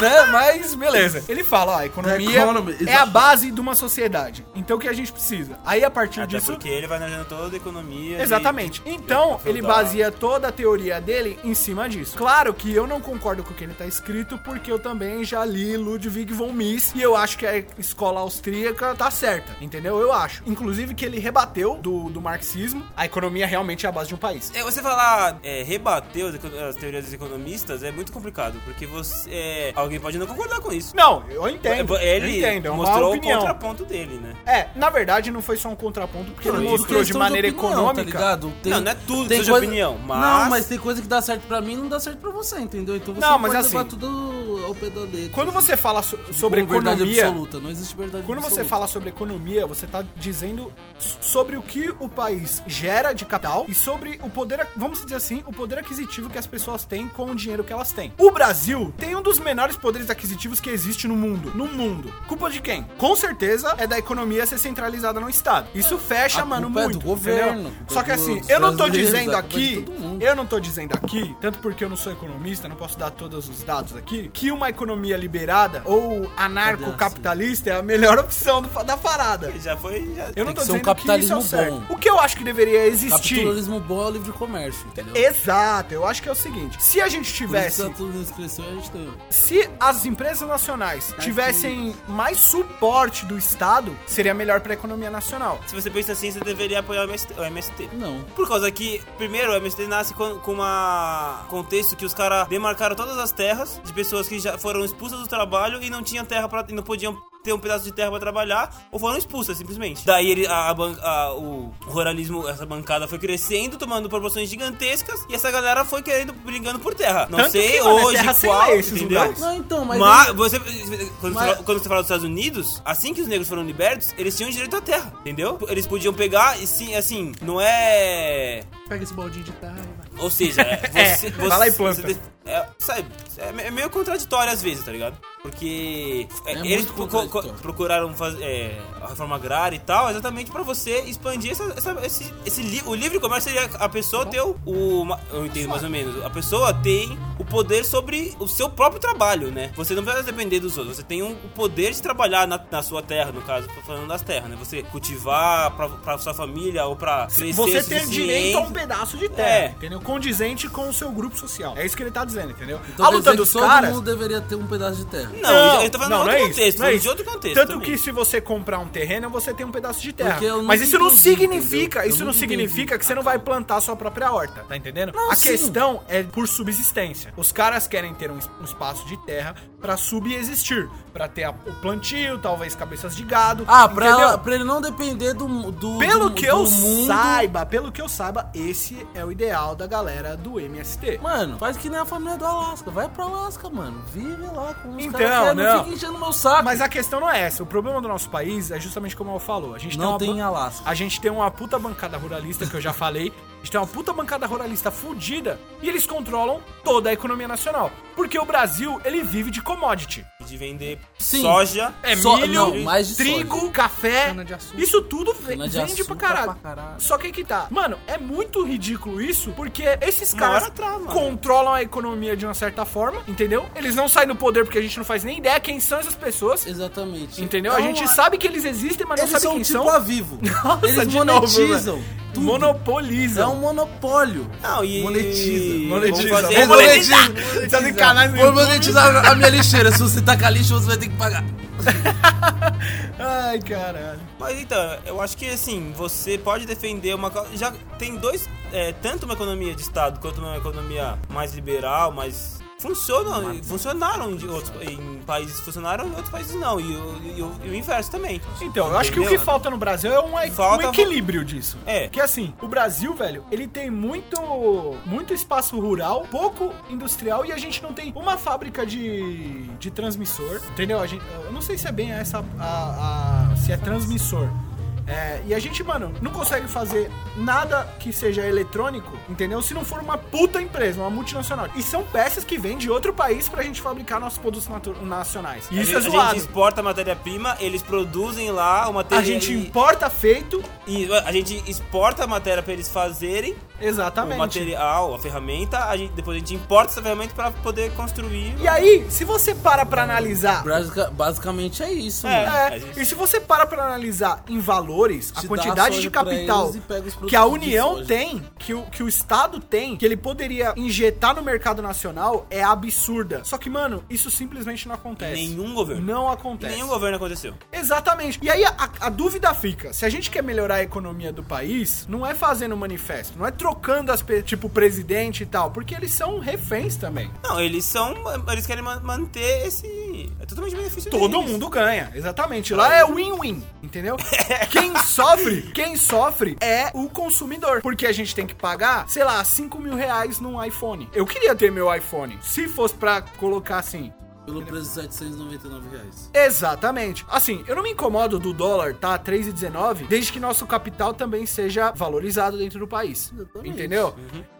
C: né? Mas beleza. Ele fala, ó, a
A: The
C: economia
A: economy is
C: é
A: a-
C: a base de uma sociedade. Então o que a gente precisa? Aí a partir
B: Até
C: disso
B: porque ele vai analisando toda a economia. de-
C: Exatamente.
B: de-
C: Então,
B: de-
C: ele
B: da-
C: baseia toda a teoria dele em cima disso. Claro que eu não concordo com o que ele tá escrito, porque eu também já li Ludwig von Mies e eu acho que a escola austríaca tá certa, entendeu? Eu acho. Inclusive que ele rebateu do, do marxismo, a economia realmente é a base de um país.
B: É, você falar é, rebater os eco- as teorias dos economistas é muito complicado, porque você. é, alguém pode não concordar com isso.
C: Não, eu entendo.
B: É, Ele
C: eu entendo, é uma
B: mostrou o
C: opinião.
B: contraponto dele, né?
C: É, na verdade não foi só um contraponto, porque ele
A: Tudo
C: mostrou de
A: é questão
C: maneira
A: opinião,
C: econômica.
A: Tá ligado? Tem-
B: Não, não é tudo
A: tem
B: seja opinião, mas-
A: Não, mas tem coisa que dá certo pra mim e não dá certo pra você, entendeu? Então você
C: Não, mas
A: pode levar
C: assim,
A: tudo ao ao pé da letra.
C: Quando você fala so- sobre
A: Com verdade
C: economia,
A: absoluta, não existe verdade
C: Quando
A: absoluta.
C: você fala sobre economia, você está dizendo s- sobre o que o país gera de capital e sobre o poder, vamos dizer assim, o poder aquisitivo que as pessoas têm com o dinheiro que elas têm. O Brasil tem um dos menores poderes aquisitivos que existe no mundo. No mundo. Culpa de quem? Com certeza é da economia ser centralizada no Estado. Isso fecha,
A: A
C: mano,
A: culpa é
C: muito.
A: do governo,
C: entendeu?
A: a culpa
C: Só que
A: é
C: assim,
A: dos
C: eu não tô
A: brasileiros,
C: dizendo
A: a culpa é de
C: aqui,
A: todo mundo.
C: eu não tô dizendo aqui, tanto porque eu não sou economista, não posso dar todos os dados aqui, que uma economia liberada ou anarcocapitalista é a melhor opção do- da parada.
B: Já foi. Já...
C: Eu
A: Tem
C: não
A: que
C: tô
A: ser um
C: dizendo que isso é o
A: capitalismo
C: certo.
A: bom.
C: O que eu acho que deveria existir.
A: Capitalismo bom é o livre comércio, entendeu?
C: Exato, eu acho que é o seguinte: se a gente
A: Por isso que tá
C: tivesse
A: os Estados Unidos cresceu, a gente teve.
C: se as empresas nacionais tivessem mais suporte do Estado, seria melhor para a economia nacional.
B: Se você pensa assim, você deveria apoiar o MST. O MST.
A: Não.
B: Por causa que, primeiro, o MST nasce com, com uma contexto que os caras demarcaram todas as terras de pessoas que já foram expulsas do trabalho e não tinham terra para não podiam ter um pedaço de terra pra trabalhar ou foram expulsas simplesmente. Daí ele a, a ban- a- o ruralismo, essa bancada foi crescendo, tomando proporções gigantescas e essa galera foi querendo brigando por terra. Não
C: Tanto
B: sei
C: que, mano, é
B: hoje
C: terra sem
B: qual,
C: lei esses
B: entendeu?
C: lugares.
A: Não, então, mas...
B: Mas, você, quando,
A: Mas-
B: Você fala, quando você fala dos Estados Unidos, assim que os negros foram libertos, eles tinham direito à terra, entendeu? Eles podiam pegar e sim, assim, não é.
D: Pega esse baldinho de terra e vai.
B: Ou seja, é,
C: É,
B: você.
C: vai lá e planta.
B: você- é, sabe, é me- é meio contraditório às vezes, tá ligado? Porque é,
A: É
B: eles
A: muito
B: pro- co- co-
A: contraditório.
B: procuraram fazer é, a reforma agrária e tal, exatamente pra você expandir essa, essa- esse, esse li- o livre comércio seria a pessoa ter o, o ma- eu entendo mais ou menos, a pessoa tem o poder sobre o seu próprio trabalho, né? Você não vai depender dos outros, você tem um, o poder de trabalhar na, na sua terra, no caso, tô falando das terras, né? Você cultivar pra, pra sua família ou pra crescer
C: Você
B: o
C: tem
B: suficiente.
C: direito a um pedaço de terra,
B: É.
C: entendeu? Condizente com o seu grupo social. É isso que ele tá dizendo, entendeu?
A: Então
C: a
A: quer dizer
C: luta
A: que
C: dos
A: todo
C: caras.
A: mundo deveria ter um pedaço de terra.
B: Não, eu tô tá falando de outro
C: isso,
B: contexto,
C: não é
B: falando de
C: isso.
B: outro contexto
C: Tanto
B: também.
C: que se você comprar um terreno, você tem um pedaço de terra.
A: Porque eu nunca
C: Mas isso não
A: entendi,
C: significa,
A: entendeu? Eu
C: isso não
A: nunca
C: significa
A: entendi.
C: que você não vai plantar a sua própria horta, tá entendendo? a
A: sim.
C: questão é por subsistência. Os caras querem ter um, es- um espaço de terra pra subsistir, pra ter a- o plantio, talvez cabeças de gado.
A: Ah, pra,
C: entendeu?
A: pra ele não depender do... do
C: Pelo
A: do-
C: que
A: do
C: eu
A: mundo.
C: saiba, pelo que eu saiba, esse é o ideal da galera do MST.
A: Mano, faz que nem a família do Alasca. Vai pro Alasca, mano. Vive lá com os
C: Então,
A: caras. que
C: não.
A: fica enchendo meu saco.
C: Mas a questão não é essa. O problema do nosso país é justamente como eu falou. A gente
A: Não
C: tem, uma
A: tem
C: ban-
A: Alasca.
C: A gente tem uma puta bancada ruralista, que eu já falei. A gente tem uma puta bancada ruralista fudida e eles controlam toda a economia nacional. Porque o Brasil, ele vive de commodity.
B: de vender
A: Sim.
B: soja.
C: É
A: Só-
C: milho,
A: não, mais de
C: trigo,
A: soja.
C: café.
D: Cana-de-açúcar.
C: Isso tudo ve-
A: Cana de
C: vende pra
A: açúcar
C: caralho.
A: pra caralho.
C: Só que aí que tá. Mano, é muito ridículo isso, porque esses
B: Uma
C: caras
B: hora trava, né?
C: controlam a economia de uma certa forma, entendeu? Eles não saem do poder porque a gente não faz nem ideia quem são essas pessoas.
A: Exatamente.
C: Entendeu? a
A: Então,
C: gente sabe que eles existem, mas não
A: Eles
C: sabe
A: são
C: quem
A: tipo
C: são.
A: a vivo. eles
C: de novo,
A: monetizam. tudo. É
C: Monopolizam.
A: um monopólio.
B: Não, e.
A: Monetiza,
B: Vamos fazer-
A: Vamos
B: monetiza.
C: Tá em canais no
A: Vou
C: YouTube.
A: monetizar a minha lixeira. Se você tacar lixo, você vai ter que pagar.
C: Ai, caralho.
B: Mas então, eu acho que assim, você pode defender uma. cau- Já tem dois. é, tanto uma economia de Estado quanto uma economia mais liberal, mais. Funcionam, e funcionaram de outros, em países funcionaram, em outros países não. E o, e o- e o inverso também.
C: Então, eu acho que o que
B: Entendeu?
C: falta no Brasil é um, um
B: Falta-
C: equilíbrio disso.
B: É.
C: Que assim, o Brasil, velho, ele tem muito muito espaço rural, pouco industrial e a gente não tem uma fábrica de, de transmissor, entendeu? A gente, eu não sei se é bem essa a- a- se é transmissor. É, e a gente, mano, não consegue fazer nada que seja eletrônico, entendeu? Se não for uma puta empresa, uma multinacional. E são peças que vêm de outro país pra gente fabricar nossos produtos natu- nacionais. E
B: a, gente,
C: isso é
B: a gente
C: zoado.
B: exporta matéria-prima, eles produzem lá o
C: A
B: material.
C: gente importa feito,
B: e, a gente exporta a matéria pra eles fazerem, o
C: exatamente.
B: material, a ferramenta, a gente, depois a gente importa essa ferramenta pra poder construir.
C: E aí, se você para pra analisar.
A: Basica- basicamente é isso,
B: É.
A: mano.
C: É, e se você para pra analisar em valores, a
A: Te dá
C: quantidade
A: soja
C: de
A: pra
C: capital
A: eles e pega os produtos
C: que a
A: de
C: União
A: soja.
C: tem, que o, que o Estado tem, que ele poderia injetar no mercado nacional, é absurda. Só que, mano, isso simplesmente não acontece.
B: Nenhum governo.
C: Não
B: Em
C: acontece.
B: Nenhum governo aconteceu.
C: Exatamente. E aí a, a dúvida fica: se a gente quer melhorar a economia do país, não é fazendo um manifesto, não é trocando as pe- tipo presidente e tal, porque eles são reféns também.
B: Não, eles são. Eles querem ma- manter esse. É totalmente benefício.
C: Todo
B: deles.
C: mundo ganha, exatamente. Lá é win-win, entendeu? Quem sofre, quem sofre é o consumidor. Porque a gente tem que pagar, sei lá, 5 mil reais num iPhone. Eu queria ter meu iPhone. Se fosse pra colocar assim,
A: Pelo preço de R$ 799 reais.
C: Exatamente. Assim, eu não me incomodo do dólar, tá? 3,19, desde que nosso capital também seja valorizado dentro do país. Entendeu?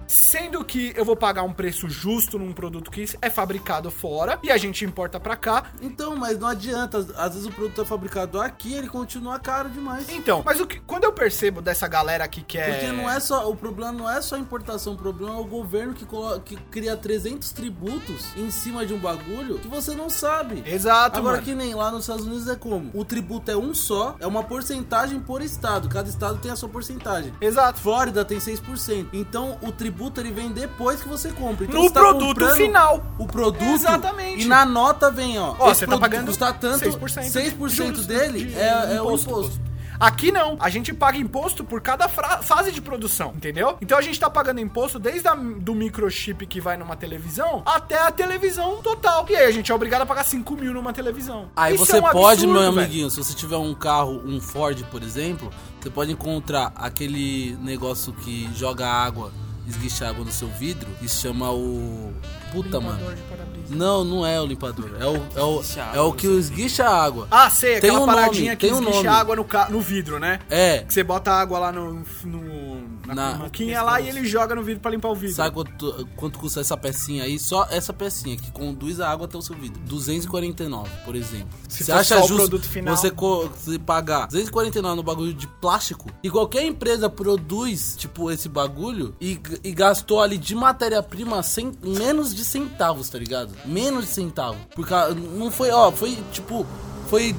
C: Sendo que eu vou pagar um preço justo num produto que é fabricado fora e a gente importa pra cá.
A: Então, mas não adianta. Às vezes o produto é fabricado aqui ele continua caro demais.
C: Então, mas o que, quando eu percebo dessa galera que quer.
A: Porque não é só o problema não é só a importação, o problema é o governo que, colo- que cria 300 tributos em cima de um bagulho que você não sabe.
C: Exato,
A: Agora
C: mano.
A: que nem lá nos Estados Unidos é como? O tributo é um só, é uma porcentagem por estado, cada estado tem a sua porcentagem.
C: Exato.
A: Flórida tem 6%. Então o tributo ele vem depois que você compra. Então,
C: No
A: você tá
C: produto
A: comprando
C: final.
A: O produto.
C: Exatamente.
A: E na nota vem, ó.
C: Ó, você tá
A: produto
C: pagando
A: custa tanto.
C: 6%.
A: 6%
C: Juros né,
A: dele
C: de-
A: é, é o
C: imposto.
A: imposto.
C: Aqui não, a gente paga imposto por cada fra- fase de produção, entendeu? Então a gente tá pagando imposto desde a, do microchip que vai numa televisão até a televisão total. E aí a gente é obrigado a pagar 5 mil numa televisão.
A: Aí
C: Isso
A: você
C: é um
A: pode,
C: absurdo,
A: meu
C: velho.
A: amiguinho, se você tiver um carro, um Ford, por exemplo, você pode encontrar aquele negócio que joga água, esguicha água no seu vidro, e se chama o. Puta,
D: Limpador
A: mano.
D: de para-brisa.
A: Não, não é o limpador. É o, é o,
B: Esguicha
A: é o
B: água,
A: que esguicha água.
C: Ah, sei,
A: Tem
C: aquela
A: um
C: paradinha
A: nome,
C: que
A: tem um
C: esguicha
A: nome.
C: água no, ca- no vidro, né?
A: É.
C: Que você bota água lá no, no na,
A: Na-
C: boquinha lá e ele joga no vidro pra limpar o vidro.
A: Sabe quanto, quanto custa essa pecinha aí? Só essa pecinha que conduz a água até o seu vidro. 249, por exemplo.
C: Se
A: você
C: for
A: acha
C: só o
A: justo
C: produto final?
A: você co- você pagar 249 no bagulho de plástico? E qualquer empresa produz, tipo, esse bagulho e, g- e gastou ali de matéria-prima cen- menos de centavos, tá ligado? Menos de centavo. Porque ah, não foi, ó, foi tipo, foi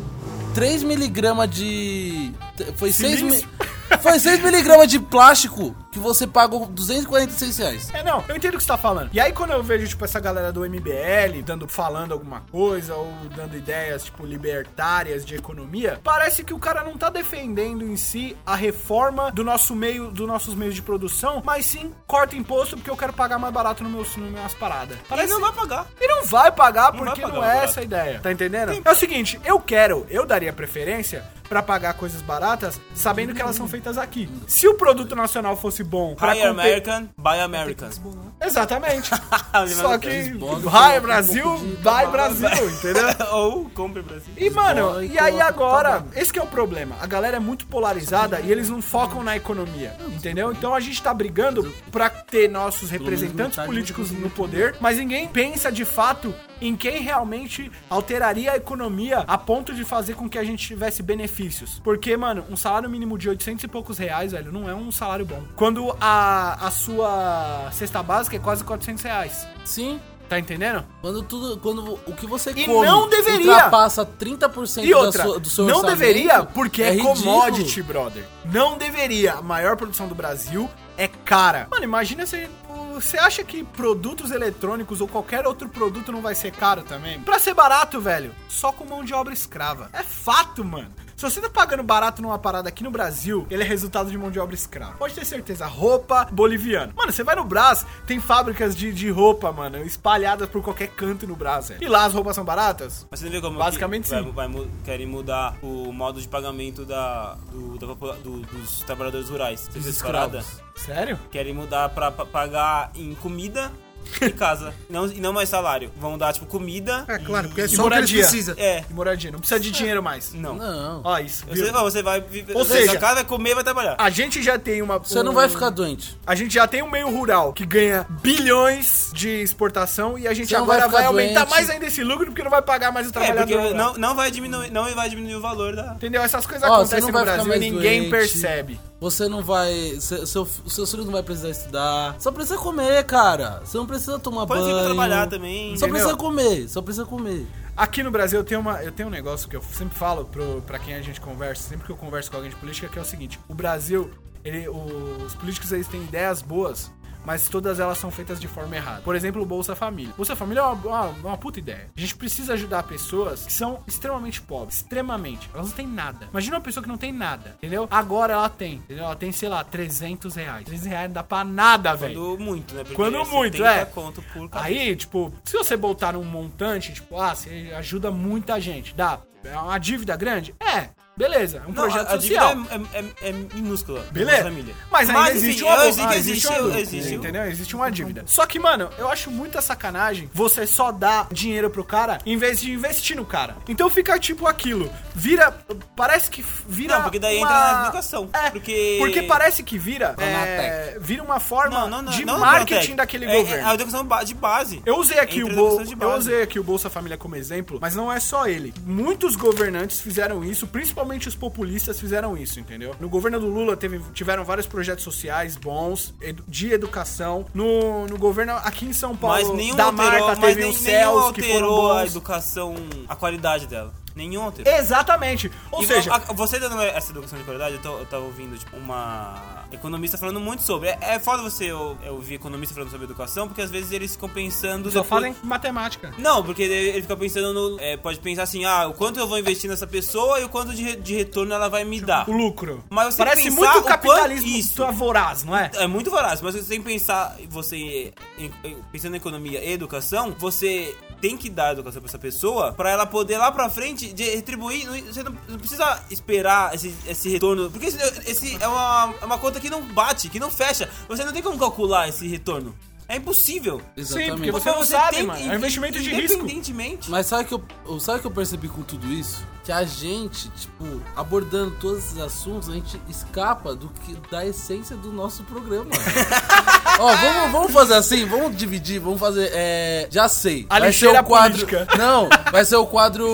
A: 3 miligramas de... t- Foi 6
C: Silício?
A: mi... Foi 6 miligramas de plástico que você pagou 246 reais.
C: É, não, eu entendo o que você tá falando. E aí, quando eu vejo, tipo, essa galera do MBL dando, falando alguma coisa ou dando ideias, tipo, libertárias de economia, parece que o cara não tá defendendo em si a reforma do nosso meio, dos nossos meios de produção, mas sim corta imposto porque eu quero pagar mais barato no meu, nas minhas paradas.
B: Ele
C: Parece
B: não vai pagar.
C: e não vai pagar
B: vai
C: porque
B: pagar
C: não
B: mais
C: é
B: barato.
C: essa a ideia. Tá entendendo? É o seguinte, eu quero, eu daria preferência pra pagar coisas baratas, sabendo que elas são feitas aqui. Se o produto nacional fosse bom pra
B: Hire
C: compe-
B: American, buy American.
C: Exatamente. Só que
A: Bota
C: vai
A: um
C: Brasil,
A: pouco de
C: vai
A: tabaco,
C: Brasil, entendeu?
B: Ou compre Brasil.
C: E mano,
A: Bola e
C: e aí
A: coloca
C: agora, esse que é o problema. A galera é muito polarizada e eles não focam na economia, entendeu? Então a gente tá brigando pra ter nossos representantes
A: metade
C: políticos no poder, mas ninguém pensa de fato em quem realmente alteraria a economia a ponto de fazer com que a gente tivesse benefícios. Porque, mano, um salário mínimo de 800 e poucos reais, velho, não é um salário bom. Quando a, a sua cesta básica é quase 400 reais.
A: Sim.
C: Tá entendendo?
A: Quando tudo, quando o que você
C: E
A: come
C: não deveria.
A: ultrapassa 30%
C: E
A: da
C: outra,
A: sua, do seu
C: não
A: orçamento,
C: deveria, porque é,
A: ridículo.
C: commodity, brother. Não deveria. A maior produção do Brasil é cara. Mano, imagina se. Você acha que produtos eletrônicos ou qualquer outro produto não vai ser caro também? Pra ser barato, velho, só com mão de obra escrava. É fato, mano. Se você tá pagando barato numa parada aqui no Brasil, ele é resultado de mão de obra escrava. Pode ter certeza. Roupa boliviana. Mano, você vai no Brás, tem fábricas de, de roupa, mano, espalhadas por qualquer canto no Brás, velho. E lá as roupas são baratas?
B: Mas você não vê como
C: Basicamente,
B: que vai,
C: sim.
B: vai mu- querem mudar o modo de pagamento da, do- da popula- do- dos trabalhadores rurais. Você
A: Os
B: viu essa parada?
A: escravos.
C: Sério?
B: Querem mudar pra, pra pagar em comida e casa. não, e não mais salário. Vão dar, tipo, comida.
D: É claro, porque é
C: E
D: só o que eles
C: moradia.
D: precisam.
B: É,
C: E moradia, não precisa de dinheiro mais.
B: não.
A: Não.
C: Ó, isso. viu?
B: Você, você vai viver.
C: Ou
B: você vai
C: seja- ah,
B: pra casa, vai comer e vai trabalhar.
C: A gente já tem uma.
A: Você não vai ficar doente.
C: A gente já tem um meio rural que ganha bilhões de exportação e a gente
A: Você não
C: agora
A: vai ficar
C: vai aumentar
A: doente.
C: mais ainda esse lucro porque não vai pagar mais o
B: É,
C: trabalhador.
B: porque
C: rural.
B: não, não, vai diminuir, não vai diminuir o valor da.
C: Entendeu? Essas coisas
A: Ó, você
C: acontecem
A: não
C: no
A: vai ficar
C: Brasil e
A: mais
C: ninguém
A: doente.
C: percebe.
A: Você não vai. Seu, seu, seu filho não vai precisar estudar. Só precisa comer, cara. Você não precisa tomar
B: Pode
A: banho.
B: vir pra trabalhar também.
A: Só
C: Entendeu?
A: precisa comer. Só precisa comer.
C: Aqui no Brasil eu tenho, uma, eu tenho um negócio que eu sempre falo pro, pra quem a gente conversa, sempre que eu converso com alguém de política, que é o seguinte: o Brasil, ele- o- os políticos eles têm ideias boas. Mas todas elas são feitas de forma errada. Por exemplo, o Bolsa Família. Bolsa Família é uma, uma, uma puta ideia. A gente precisa ajudar pessoas que são extremamente pobres. Extremamente. Elas não têm nada. Imagina uma pessoa que não tem nada, entendeu? Agora ela tem, entendeu? Ela tem, sei lá, 300 reais. 300 reais não dá pra nada, velho.
B: Quando muito, né? Porque
C: Quando
B: é
C: muito,
B: 70
C: é.
B: conto por cabeça.
C: Aí, tipo, se você botar num montante, tipo, ah, você ajuda muita gente. Dá. É uma dívida grande? É. Beleza, é
B: Não,
C: um projeto
B: a, a dívida
C: social.
B: é, é- é- é minúscula. da
C: Beleza.
B: nossa Família.
C: Mas ainda
B: Mas,
C: existe
B: enfim,
C: uma
B: existe-
C: dívida.
B: existe-
C: uma dívida,
B: existe-
C: Entendeu? Existe uma dívida. Só que, mano, eu acho muita sacanagem você só dar dinheiro pro cara em vez de investir no cara. Então fica tipo aquilo. Vira. Parece que vira.
B: Não, porque daí
C: uma-
B: entra na educação.
C: É,
B: Porque-
C: porque parece que vira. É,
A: Pronatec.
C: vira uma forma
B: Não, não, não.
C: de
B: não,
C: marketing
B: Biotech.
C: daquele
B: É-
C: governo.
B: É, a educação ba- de base.
C: Eu usei aqui
B: Entre
C: o
B: educação
C: Bol-
B: É de
C: eu
B: base.
C: usei aqui o Bolsa Família como exemplo, mas não é só ele. Muitos governantes fizeram isso, principalmente os populistas fizeram isso, entendeu? No governo do Lula teve, tiveram vários projetos sociais bons edu- de educação. No, no governo aqui em São Paulo,
B: Mas nenhum
C: da
B: alterou,
C: Marta
B: mas
C: teve
B: nem-
C: os
B: nenhum
C: céus que foram
B: alterou a
C: bons.
B: educação, a qualidade dela. Nenhum alterou.
C: Exatamente. Ou
B: E
C: seja,
B: a- você dando essa educação de qualidade, eu, tô- eu tava ouvindo tipo, uma economista falando muito sobre. É, é foda você ou- é, ouvir economista falando sobre educação, porque às vezes eles ficam pensando.
C: só
B: depois-
C: fazem matemática.
B: Não, porque ele ele fica pensando no. é, pode pensar assim, ah, o quanto eu vou investir nessa pessoa e o quanto de, re- de retorno ela vai me dar.
C: O lucro.
B: Tá. Mas você
C: Parece
B: pensar o
C: muito
B: quanto
C: capitalismo
B: isso-
C: voraz, não é?
B: É muito voraz, mas você tem que pensar, você em- em- pensando em economia e educação, você tem que dar educação pra essa pessoa pra ela poder lá pra frente de retribuir. Não, você não, não precisa esperar esse, esse retorno, porque esse, esse é, uma, é uma conta que não bate, que não fecha. Você não tem como calcular esse retorno. É impossível.
C: Sim, porque
A: Exatamente.
C: você não sabe, mano. É um investimento de risco.
B: Independentemente.
A: Mas sabe que eu, eu- sabe que eu percebi com tudo isso? Que a gente, tipo, abordando todos esses assuntos, a gente escapa do que da essência do nosso programa. Ó, vamos, vamos fazer assim, vamos dividir, vamos fazer. É, já sei.
C: A
A: vai ser
C: lixeira
A: o quadro.
C: política.
A: Não, vai ser o quadro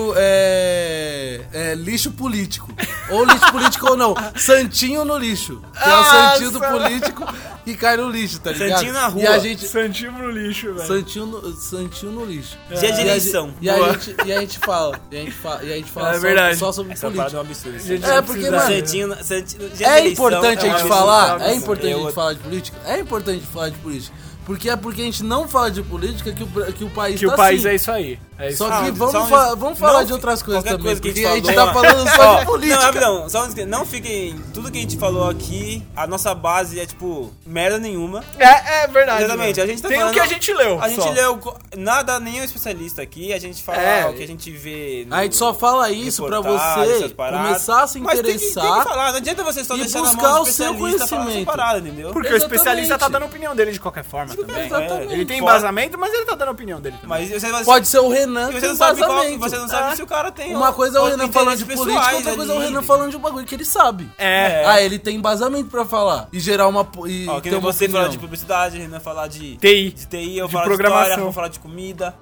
A: é, é, lixo político. Ou lixo político ou não. Santinho no lixo. Que é o
C: Ah,
A: santinho do
C: sa-
A: político que cai no lixo, tá ligado?
B: Santinho na
A: E
B: rua.
A: a gente,
C: Santinho no lixo, velho.
A: Santinho no, Santinho no lixo.
B: É. Dia
A: E
B: de
A: a
B: eleição.
A: gente- E a,
B: Boa.
A: gente, e a gente fala. E a gente fala, e a gente fala
C: É
A: só,
C: verdade.
A: só sobre
B: Essa parada é
A: política.
B: um absurdo.
A: É, porque, mano,
B: Santinho- Santinho- dia de
A: é
B: eleição
A: importante
B: é um
A: a gente
B: absurdo.
A: falar. É
B: Eu-
A: importante a gente falar de política. É importante a gente falar de política. Porque é porque a gente não fala de política que o, Bra- que o país
C: Que
A: tá
C: o país
A: assim.
C: é isso aí. É isso
A: Só
B: Ah,
A: que vamos,
B: só um-
A: fa- vamos falar
B: não,
A: de outras coisas
B: qualquer
A: também.
B: coisa que a
A: porque
B: gente
A: a gente
B: falou,
A: tá
B: ó.
A: falando só
B: Ó,
A: de política.
B: Não, é rapidão, só um instante. não fiquem. Tudo que a gente falou aqui, a nossa base é tipo merda nenhuma.
C: É, é verdade.
B: Exatamente,
C: mano.
B: a gente tá
C: Tem
B: falando-
C: o que a gente leu.
B: A gente
C: só.
B: leu co- nada, nenhum especialista aqui, a gente fala
C: É.
B: o que a gente vê. no-
A: A gente só fala isso pra
B: reportagem,
A: você
B: essas paradas.
A: começar a se
B: Mas tem que- Tem que,
A: interessar.
B: falar, não adianta você só
A: e
B: deixar na
A: buscar
B: mão
A: o
B: do
A: seu
B: especialista falar essa
A: conhecimento.
B: parada, entendeu?
C: Porque o
A: Exatamente.
C: especialista tá dando a opinião dele de qualquer forma também.
A: Exatamente.
C: Ele tem
B: Fora-
C: embasamento, mas ele tá dando a opinião dele também.
B: Mas você,
A: Pode ser o Renan
B: você
A: com
B: não sabe qual-
A: embasamento.
B: Você não sabe
A: É.
B: se o cara tem.
A: Uma coisa é o
B: outro
A: Renan falando de
B: interesse
A: política, outra
B: pessoais
A: coisa é o
B: ali, né?
A: Renan
B: entendeu?
A: falando de um bagulho que ele sabe.
C: É.
A: Ah, ele tem embasamento pra falar e gerar uma. po- E
B: Ó, que
A: ter
B: nem
A: uma
B: você
A: opinião.
B: falar de publicidade, Renan falar de
C: TI.
B: de TI, eu
C: De
B: falar
C: programação.
B: de história, eu vou falar de comida.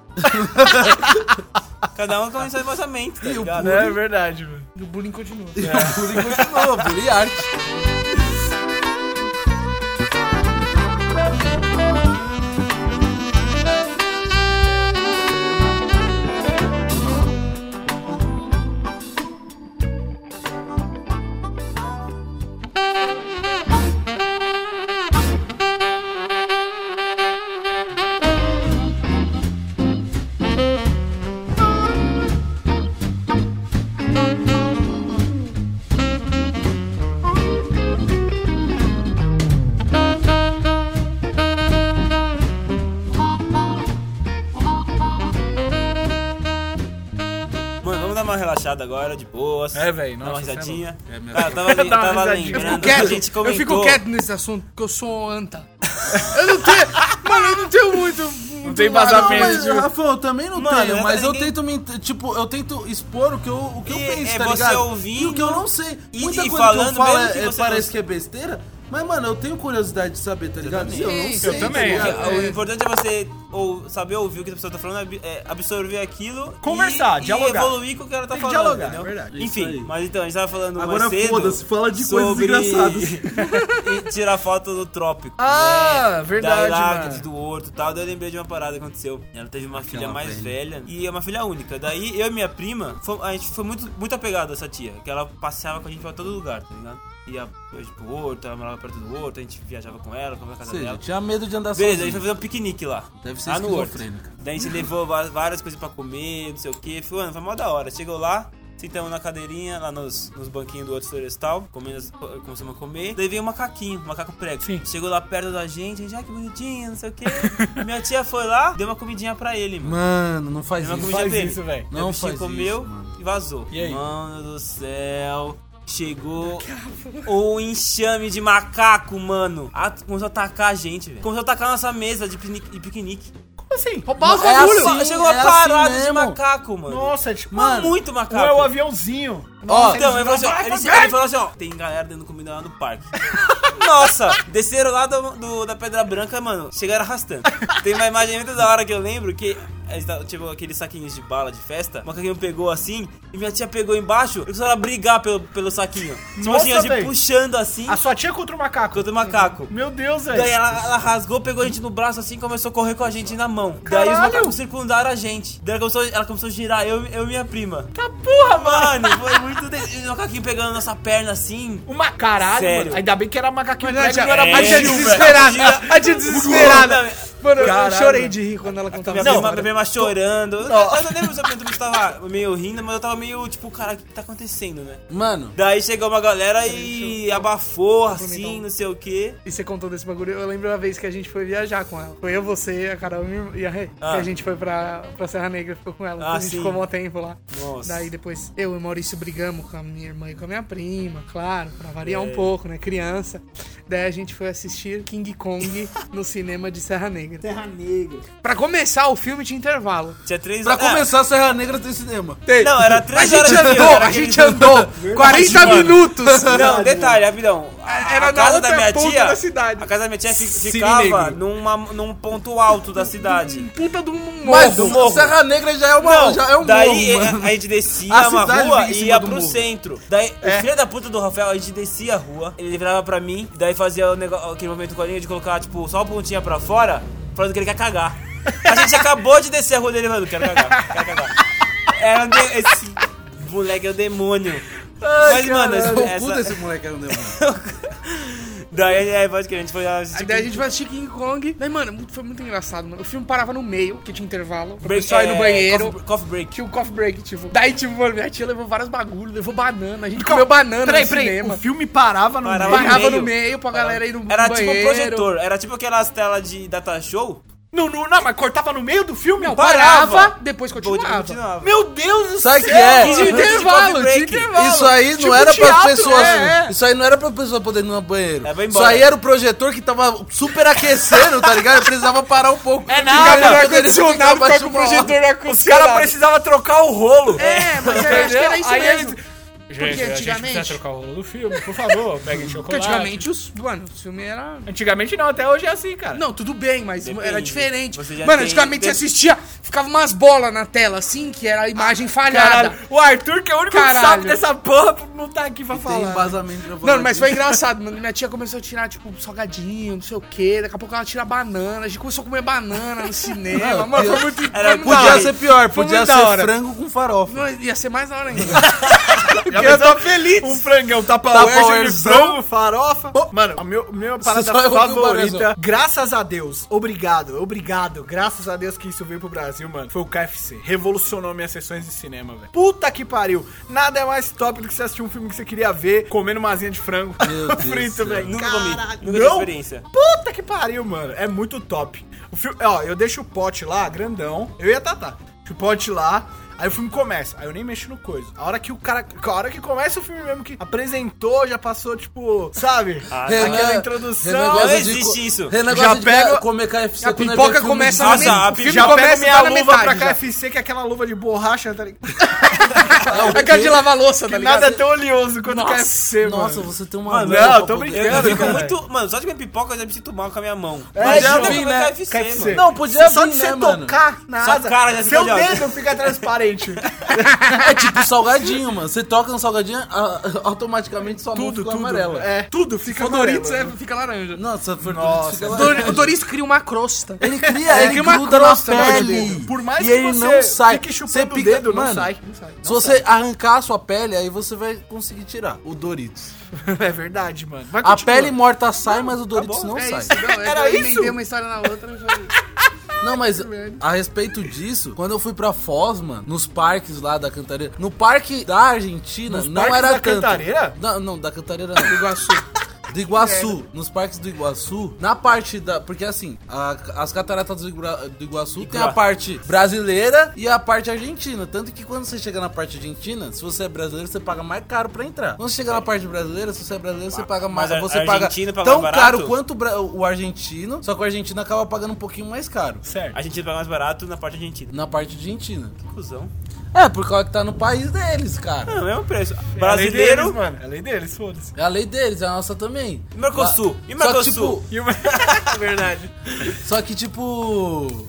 B: Cada um com seu vazamento, tá
A: E o
B: ligado?
A: público-
C: É verdade, mano.
D: E o bullying continua.
A: Bullying continua, bullying arte.
B: É. Mano, vamos dar uma relaxada agora, de boas.
C: É, velho,
B: Dar uma
C: nossa, cê é
B: risadinha.
A: É, meu
B: Cara, eu tava, eu
C: Dá uma
B: tava
C: risadinha.
D: Eu fico
B: lembrando.
D: quieto,
B: A gente comentou.
D: eu fico quieto nesse assunto, porque eu sou anta. Eu não tenho. mano, eu não tenho muito.
C: Não
D: muito
C: tem
D: lado.
A: Não,
C: embasamento.
A: mas, Rafael, eu também não
B: Mano,
A: tenho,
B: né,
A: mas eu
B: ninguém-
A: tento me. ent- Tipo, eu tento expor o que eu, o que eu
B: E
A: penso,
B: é
A: tá
B: você
A: ligado?
B: ouvindo
A: e o que eu não sei.
B: e-
A: Muita
B: e
A: coisa
B: falando
A: que eu falo
B: mesmo
A: é-
B: que
A: é-
B: você
A: parece
B: não-
A: que é besteira, mas, mano, eu tenho curiosidade de saber, tá ligado? E eu não
D: Sim,
A: sei.
C: eu
A: tá
C: também.
A: ligado?
B: Porque O importante é você ou saber ouvir o que a pessoa tá falando, ab- é, absorver aquilo.
C: Conversar,
B: e, E
C: dialogar.
B: evoluir com o que ela tá
C: Tem que
B: falando.
C: dialogar,
B: entendeu?
C: é verdade.
A: Isso aí.
B: Enfim, mas então, a gente tava falando
A: Agora
B: mais cedo.
A: foda-se, fala de coisas
B: sobre-
A: engraçadas.
B: e tirar foto do trópico. né?
C: Ah,
B: da
C: verdade,
B: Heráclito,
C: mano.
B: do Horto e tal. Daí eu lembrei de uma parada que aconteceu. Ela teve uma filha mais
A: velha.
B: velha e é uma filha única. Daí eu e minha prima, fo- a gente foi muito, muito apegado a essa tia, que ela passeava com a gente pra todo lugar, tá ligado? Ia pro Horto, ela morava perto do Horto, a gente viajava com ela, comia na
A: Ou
B: casa
A: seja,
B: dela.
A: eu tinha medo de andar
B: Beleza, a gente
A: sozinho.
B: foi fazer um piquenique lá.
A: Deve ser
B: lá no Horto.
A: esquizofrênica.
B: Daí a gente levou va- várias coisas pra comer, não sei o que. Foi, mano, foi mó da hora. Chegou lá, sentamos na cadeirinha, lá nos, nos banquinhos do outro florestal, comendo, as- começamos a comer. Daí veio um macaquinho, um macaco prego.
C: Sim.
B: Chegou lá perto da gente, a gente, ah, que bonitinho, não sei o que. Minha tia foi lá, deu uma comidinha pra ele, mano.
A: Mano, não faz
B: Deu É uma
A: isso.
B: comidinha
C: faz
B: pra ele.
C: isso, velho.
B: Daí o
A: Não
B: bichinho
A: faz
B: comeu
A: isso, mano.
B: e vazou.
A: E aí?
B: Mano do céu. Chegou o enxame de macaco, mano. A- começou a atacar a gente, velho. Começou a atacar a nossa mesa de pini- de piquenique.
C: Como assim?
D: Roubar os
A: É
D: bagulho.
A: assim.
B: Chegou a
A: é
B: parada
A: assim
B: de
A: mesmo.
B: macaco, mano.
C: Nossa, é tipo,
B: Mas
C: mano,
B: muito
C: ou é
B: macaco.
C: o aviãozinho.
A: Ó,
B: então, ele falou assim, ó,
C: vai
B: ele, se-
C: fazer.
B: ele falou assim, ó, tem galera dando comida lá no parque. Nossa, desceram lá do, do- da Pedra Branca, mano, chegaram arrastando. Tem uma imagem muito da hora que eu lembro que eles tavam- tipo aqueles saquinhos de bala de festa, o macaquinho pegou assim, e minha tia pegou embaixo, e começaram a brigar pelo, pelo saquinho. Tipo
C: Nossa,
B: assim, a gente
C: véi.
B: puxando assim,
C: A sua tia é contra o macaco.
B: contra o macaco.
C: Meu Deus,
B: Daí
C: velho.
B: ela, ela rasgou, pegou a gente no braço assim e começou a correr com a gente na mão. Daí os
C: Caralho!
B: macacos circundaram a gente. Daí ela começou, ela começou a girar, eu, eu e minha prima.
C: Tá porra, mano.
B: Mano, foi muito. De... E o macaquinho pegando nossa perna assim.
C: Uma caralho,
B: Sério.
C: mano. Ainda bem que era macaquinho
D: Mas a
C: prego,
D: tia,
C: não era
B: É.
D: a tia
C: mais
B: Gil, velho.
D: desesperada. A tia desesperada. Mano,
C: Caralho.
D: eu chorei de rir quando ela contava
B: Minha,
D: essa
B: prima,
D: história.
B: minha prima chorando. Eu não, eu não lembro se a minha prima tava meio rindo, mas eu tava meio tipo, cara, o que tá acontecendo, né?
A: Mano,
B: Daí chegou uma galera e abafou assim, não sei o que.
D: E você contou desse bagulho, eu lembro uma vez que a gente foi viajar com ela. Foi eu, você, a Carol e minha irmã- e a Rê.
B: Ah.
D: Que a gente foi pra, pra Serra Negra, ficou com ela.
B: Ah,
D: a gente
B: sim.
D: ficou um tempo lá.
B: Nossa.
D: Daí depois eu e o Maurício brigamos com a minha irmã e com a minha prima, claro, pra variar
B: É.
D: um pouco, né? Criança. Daí a gente foi assistir King Kong no cinema de Serra Negra. Serra Negra. Pra começar o filme de intervalo.
B: Tinha três
A: pra
B: ah,
A: começar, Serra Negra tem cinema.
B: Não, era
D: A
B: três horas
D: gente
B: de filme,
D: andou,
B: era
D: a
B: aquele-
D: gente andou 40
B: mano.
D: minutos.
B: Não, detalhe, rapidão. A,
D: né? É, Era
B: a
D: na
B: casa
D: outra
B: da minha
D: ponta
B: tia.
D: da cidade.
B: A casa da minha tia fi-
A: Cine
B: ficava
A: Negro.
B: numa, num ponto alto da cidade.
D: Puta um do morro.
A: Mas
B: do morro.
A: Serra Negra já é uma.
B: Não,
A: já é um
B: daí
A: morro,
B: a-
A: mano.
B: a gente descia
A: A
B: uma
A: cidade
B: rua
A: fica em
B: e
A: cima
B: ia
A: do
B: pro
A: morro. É.
B: centro. Daí o filho da puta do Rafael, a gente descia a rua, ele virava pra mim, daí fazia o negócio, aquele momento com a linha de colocar, tipo, só a pontinha pra fora, falando que ele quer cagar. A gente acabou de descer a rua dele, falando, quero cagar, quero cagar. Era um de- esse moleque é o demônio. Mas, mano,
A: Esse
B: essa,
A: o cu desse moleque era um demônio.
B: Daí é, pode crer, a gente foi lá.
D: Aí daí a gente vai assistir King Kong. Daí, mano, é muito- foi muito engraçado, mano. O filme parava no meio, que tinha intervalo. Pra pessoa ir no
B: é,
D: banheiro.
B: Coffee, coffee break.
D: Tinha o coffee break, tipo. Daí, tipo, mano, minha tia levou vários bagulhos, levou banana. A gente comeu banana
C: Peraí,
D: no
C: peraí.
D: cinema.
C: O filme parava no
B: Parava
C: meio.
D: Parava
B: meio. Ah.
D: no meio pra galera ir no
B: Era
D: banheiro.
B: tipo um projetor, era tipo aquelas telas de data show.
C: Não, não, não, mas cortava no meio do filme?
D: Não,
B: Parava.
D: parava, depois continuava.
B: Tipo, Continuava.
C: Meu Deus do
A: Sabe
C: céu.
A: o que é?
D: Tinha intervalo,
B: break.
D: tinha intervalo.
A: Isso aí não
C: Tipo
A: era para
C: teatro,
A: pessoas.
C: é, é.
A: Isso aí não era para pessoa poder ir no banheiro.
B: É, vai
A: isso
B: embora.
A: aí era o projetor que tava super aquecendo, tá ligado? Eu precisava parar um pouco. É
C: nada,
D: Era ar-condicionado, ficava com o projetor ar-condicionado.
C: Os caras precisavam trocar o rolo.
D: É, mas eu acho que era isso
C: Aí
D: mesmo.
C: eles-
E: Gente, a gente precisa
D: antigamente-
E: trocar o rolo do filme, por favor, peguem
D: Porque
E: chocolate.
D: antigamente os. Mano, o filme era.
E: Antigamente não, até hoje é assim, cara.
D: Não, tudo bem, mas era diferente.
B: Você já
D: Mano,
B: tem-
D: antigamente
B: tem-
D: você assistia, ficava umas bolas na tela, assim, que era a imagem falhada.
C: Caralho, o Arthur, que é o único que
D: Caralho.
C: sabe dessa porra, não tá aqui pra
A: Tem
C: falar.
A: embasamento pra falar
D: Não, mas
A: disso.
D: foi engraçado, mano. Minha tia começou a tirar, tipo, salgadinho, não sei o quê. Daqui a pouco ela tira banana. A gente começou a comer banana no cinema.
A: Não,
D: mano, foi
A: eu-
D: muito...
B: Era-
D: foi muito da
A: Podia
D: hora.
A: ser pior,
D: Foi
A: podia
D: muito da
A: ser
D: hora.
A: frango com farofa.
D: Não, ia ser mais da hora ainda.
C: eu tô feliz. Um frangão, tapa-ware,
A: Tupperwarezão.
C: frango, um farofa. Mano, a meu, minha parada
A: só ouviu o
C: favorita.
A: barulhozão.
C: Graças a Deus. Obrigado, obrigado. Graças a Deus que isso veio pro Brasil, mano. Foi o KFC. Revolucionou minhas sessões de cinema, velho. Puta que pariu. Nada é mais top do que você assistir um filme que você queria ver comendo uma asinha de frango.
A: Meu Deus
C: Frito,
A: do céu.
C: velho.
B: Nunca comi,
C: Caralho.
B: nunca tive
C: Não?
B: experiência.
C: Puta que pariu, mano. É muito top. O filme, ó, eu deixo o pote lá, grandão. Eu ia tatar. Deixo o pote lá. Aí o filme começa. Aí eu nem mexo no coisa. A hora que o cara. A hora que começa o filme mesmo que apresentou, já passou, tipo, sabe? Aquela
A: Renan
C: introdução.
A: gosta
B: não
A: de
B: existe
A: co-
B: isso.
A: Renan
C: Já
A: gosta de
C: pega-
A: comer KFC.
D: a
A: quando ele
D: pipoca
A: vê filme
D: começa
A: de-
D: na
B: Nossa,
D: metade.
B: a
D: O
B: pi-
D: filme
C: Já pega
D: começa
C: minha
D: a
C: luva
D: metade,
C: pra
D: já.
C: KFC, que é aquela luva de borracha, tá ligado?
D: É aquela de lavar louça, tá
C: Que
D: ligado?
C: nada é tão oleoso quanto KFC, mano.
A: Nossa, você tem uma.
B: Mano,
A: luva
C: não,
A: pra
C: tô
A: poder-
B: Eu,
C: brincando.
B: eu fico
C: Cara.
B: muito. Mano, só de comer pipoca eu já me sinto mal com a minha mão.
A: É, já
B: Imagina
A: vi,
B: comer
A: né?
B: KFC,
C: KFC.
B: mano.
A: Não, podia
C: Você é só
A: vir,
C: de você
A: né, mano?
C: tocar na
B: Sua
C: asa,
B: cara já fica
C: seu
B: de olho.
C: dedo fica transparente.
A: É tipo salgadinho, mano. Você toca no salgadinho, a- automaticamente sua mão
C: tudo,
A: fica
C: tudo.
A: amarela.
C: É, tudo fica
D: O Doritos
C: amarelo. né?
D: é- fica laranja.
A: Nossa, foi
C: Nossa,
A: fica
C: mano.
D: Dor- O Doritos cria uma crosta.
A: Ele cria,
D: É,
A: ele
D: cria uma
A: gruda na
D: crosta, né,
A: pele.
D: tipo,
C: Por mais
A: e
C: que
A: ele
C: você
A: não sai.
C: fique chupando
A: Você
C: o
A: pica-
C: dedo, não
A: mano,
C: sai.
A: Se você arrancar a sua pele, aí você vai conseguir tirar o Doritos.
C: É verdade, mano. Vai
A: A
C: continuar.
A: pele morta sai, mas o Doritos não
D: É
A: sai.
D: isso, não, é
C: Era
D: que eu
C: isso?
D: emendei uma história na outra. eu falei-
A: Não, mas a respeito disso, quando eu fui pra Foz, mano, nos parques lá da Cantareira, no parque da Argentina, não
C: parques
A: era
C: da
A: tanto.
C: Cantareira?
A: Não, não, da Cantareira não, do Iguaçu. do Iguaçu, nos parques do Iguaçu, na parte da. Porque assim, a- as cataratas do, Igua- do Iguaçu tem a
B: Igua-
A: parte brasileira e a parte argentina. Tanto que quando você chega na parte argentina, se você é brasileiro, você paga mais caro pra entrar. Quando você chega na parte brasileira, se você é brasileiro, você paga mais.
B: Ah, Mas a-
A: Você
B: a
A: paga
B: Argentina paga
A: tão
B: mais
A: caro
B: barato?
A: quanto o bra- o argentino, só que o argentino acaba pagando um pouquinho mais caro.
E: Certo. É
B: A gente paga mais barato na parte argentina.
A: Na parte argentina.
B: Cusão.
A: É, por causa que tá no país deles, cara.
B: Não, é o preço.
E: É lei deles,
B: Brasileiro,
E: mano. É lei deles, foda-se.
A: É a lei deles, é a nossa também.
B: E Mercosul?
A: Lá-
B: E
A: só que,
B: Mercosul?
A: tipo,
E: E o...
C: É
E: Verdade.
A: Só que, tipo,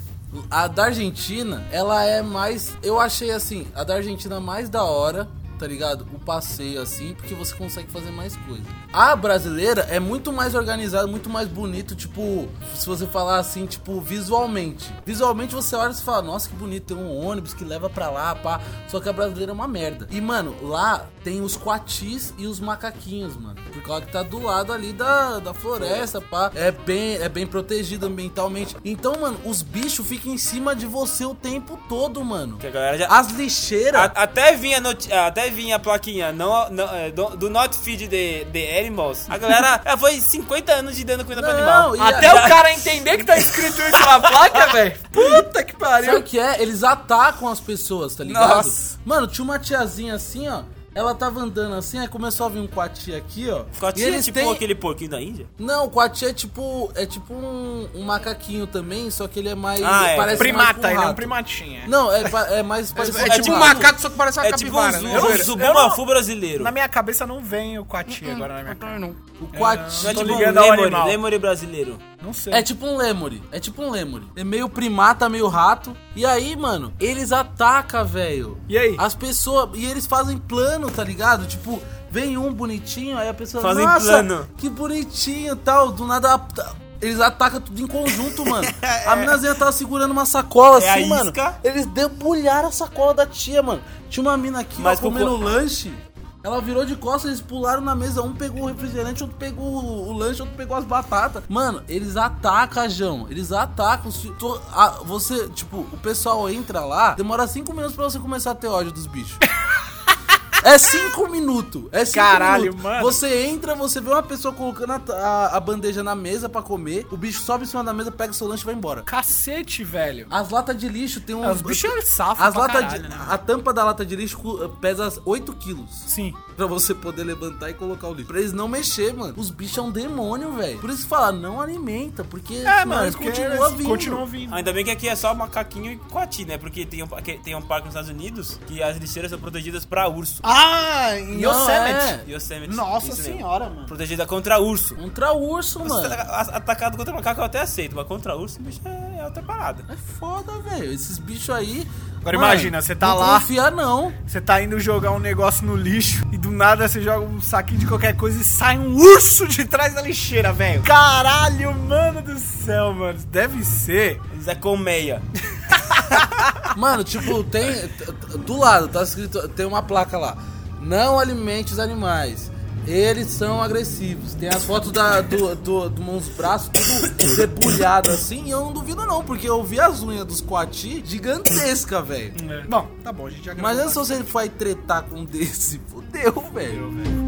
A: a da Argentina, ela é mais. Eu achei assim, a da Argentina mais da hora. Tá ligado? O passeio assim, porque você consegue fazer mais coisa. A brasileira é muito mais organizada, muito mais bonito, tipo, se você falar assim, tipo, visualmente. Visualmente você olha e você fala, nossa, que bonito, tem um ônibus que leva pra lá, pá. Só que a brasileira é uma merda. E, mano, lá tem os coatis e os macaquinhos, mano. Por causa que tá do lado ali da, da floresta, pá. É bem, é bem protegido ambientalmente. Então, mano, os bichos ficam em cima de você o tempo todo, mano.
B: que a galera já...
A: As lixeiras.
B: A- até vinha noti- é, até vinha a plaquinha não, não, é, do, do not feed the, the animals. A galera ela foi 50 anos de dando comida para
A: Não,
B: animal.
A: e
E: Até o cara entender que tá escrito isso na placa, velho. Puta que
A: Sabe o
E: pariu.
A: que é? Eles atacam as pessoas, tá ligado?
B: Nossa.
A: Mano, tinha uma tiazinha assim, ó. Ela tava andando assim, aí começou a vir um coati aqui, ó.
B: Cotinha
A: E
B: é
A: eles
B: tipo
A: têm-
B: aquele porquinho da Índia.
A: Não, o coati é tipo. É tipo um, um macaquinho também, só que ele é mais.
B: Ah, é.
A: parece mais com
E: Primata, ele é um
A: rato.
E: primatinha.
A: Não, é, pa- é mais parecido.
D: É
A: com
D: tipo um
A: rato.
D: macaco, só que parece uma
B: É tipo um,
D: capivara,
B: zu,
D: né?
B: um
E: zoeira.
B: zubumafu brasileiro.
E: Na minha cabeça não vem o
C: Hum,
E: Quati agora na minha cabeça.
D: Não, né?
A: O coati.
B: Não é
E: Tô
B: tipo um
E: ligando ao
B: lemur,
E: animal.
B: lemur brasileiro.
E: Não sei.
A: É tipo um lemure, é tipo um lemure. É meio primata, meio rato. E aí, mano, eles atacam, velho.
E: E aí?
A: As pessoas. E eles fazem plano, tá ligado? Tipo, vem um bonitinho, aí a pessoa.
B: Fazem
A: Nossa,
B: plano.
A: Que bonitinho e tal. Do nada. tá- Eles atacam tudo em conjunto, mano. A minazinha tava segurando uma sacola
B: É a
A: assim, mano.
B: isca.
A: Eles debulharam a sacola da tia, mano. Tinha uma mina aqui,
B: Mas
A: ó,
B: com
A: comendo
B: co-
A: lanche. Ela virou de costas, eles pularam na mesa. Um pegou o refrigerante, outro pegou o, o lanche, outro pegou as batatas. Mano, eles atacam, Jão. Eles atacam. Se to- a- você, tipo, o pessoal entra lá, demora cinco minutos pra você começar a ter ódio dos bichos. É cinco minutos. É cinco
E: Caralho,
A: minutos.
E: mano.
A: Você entra, você vê uma pessoa colocando a, a- a bandeja na mesa pra comer, o bicho sobe em cima da mesa, pega seu lanche e vai embora.
E: Cacete, velho.
A: As latas de lixo tem um uns.
E: Os bichos safam
A: As
E: As pra
A: latas
E: caralho,
A: de,
E: né?
A: A tampa da lata de lixo cu- eh, pesa 8 quilos.
E: Sim.
A: Pra você poder levantar e colocar o lixo. Pra eles não mexer, mano. Os bichos é um demônio, velho. Por isso que fala, não alimenta, porque
E: É,
A: senão
E: mano,
A: eles
E: porque
A: continuam
E: eles
A: vindo.
E: Continuam vindo.
B: Ainda bem que aqui é só macaquinho e coati, né? Porque tem um, aqui- tem um parque nos Estados Unidos que as lixeiras são protegidas pra urso.
C: Ah, em
A: Não,
C: Yosemite.
B: Yosemite.
C: Nossa
B: isso mesmo.
C: senhora, mano.
B: Protegida contra urso.
A: É, contra urso,
B: Você
A: mano.
B: tá a- atacado contra macaco eu até aceito, mas contra urso, bicho, é, é outra parada.
A: É foda, velho. Esses bichos aí.
E: Agora imagina, você tá
A: não
E: lá-
A: Confia, não.
E: Você tá indo jogar um negócio no lixo e do nada você joga um saquinho de qualquer coisa e sai um urso de trás da lixeira, velho. Caralho, mano do céu, mano. Deve ser.
B: Zé é Colmeia.
A: Mano, tipo, tem. t- t- Do lado, tá escrito. Tem uma placa lá. Não alimente os animais. Eles são agressivos. Tem as fotos da, do, do, do uns braços tudo debulhado assim. E eu não duvido, não, porque eu vi as unhas dos coati gigantesca, velho.
E: Bom, tá bom, a gente já
A: Imagina se você foi tretar com um desse. Fudeu, velho.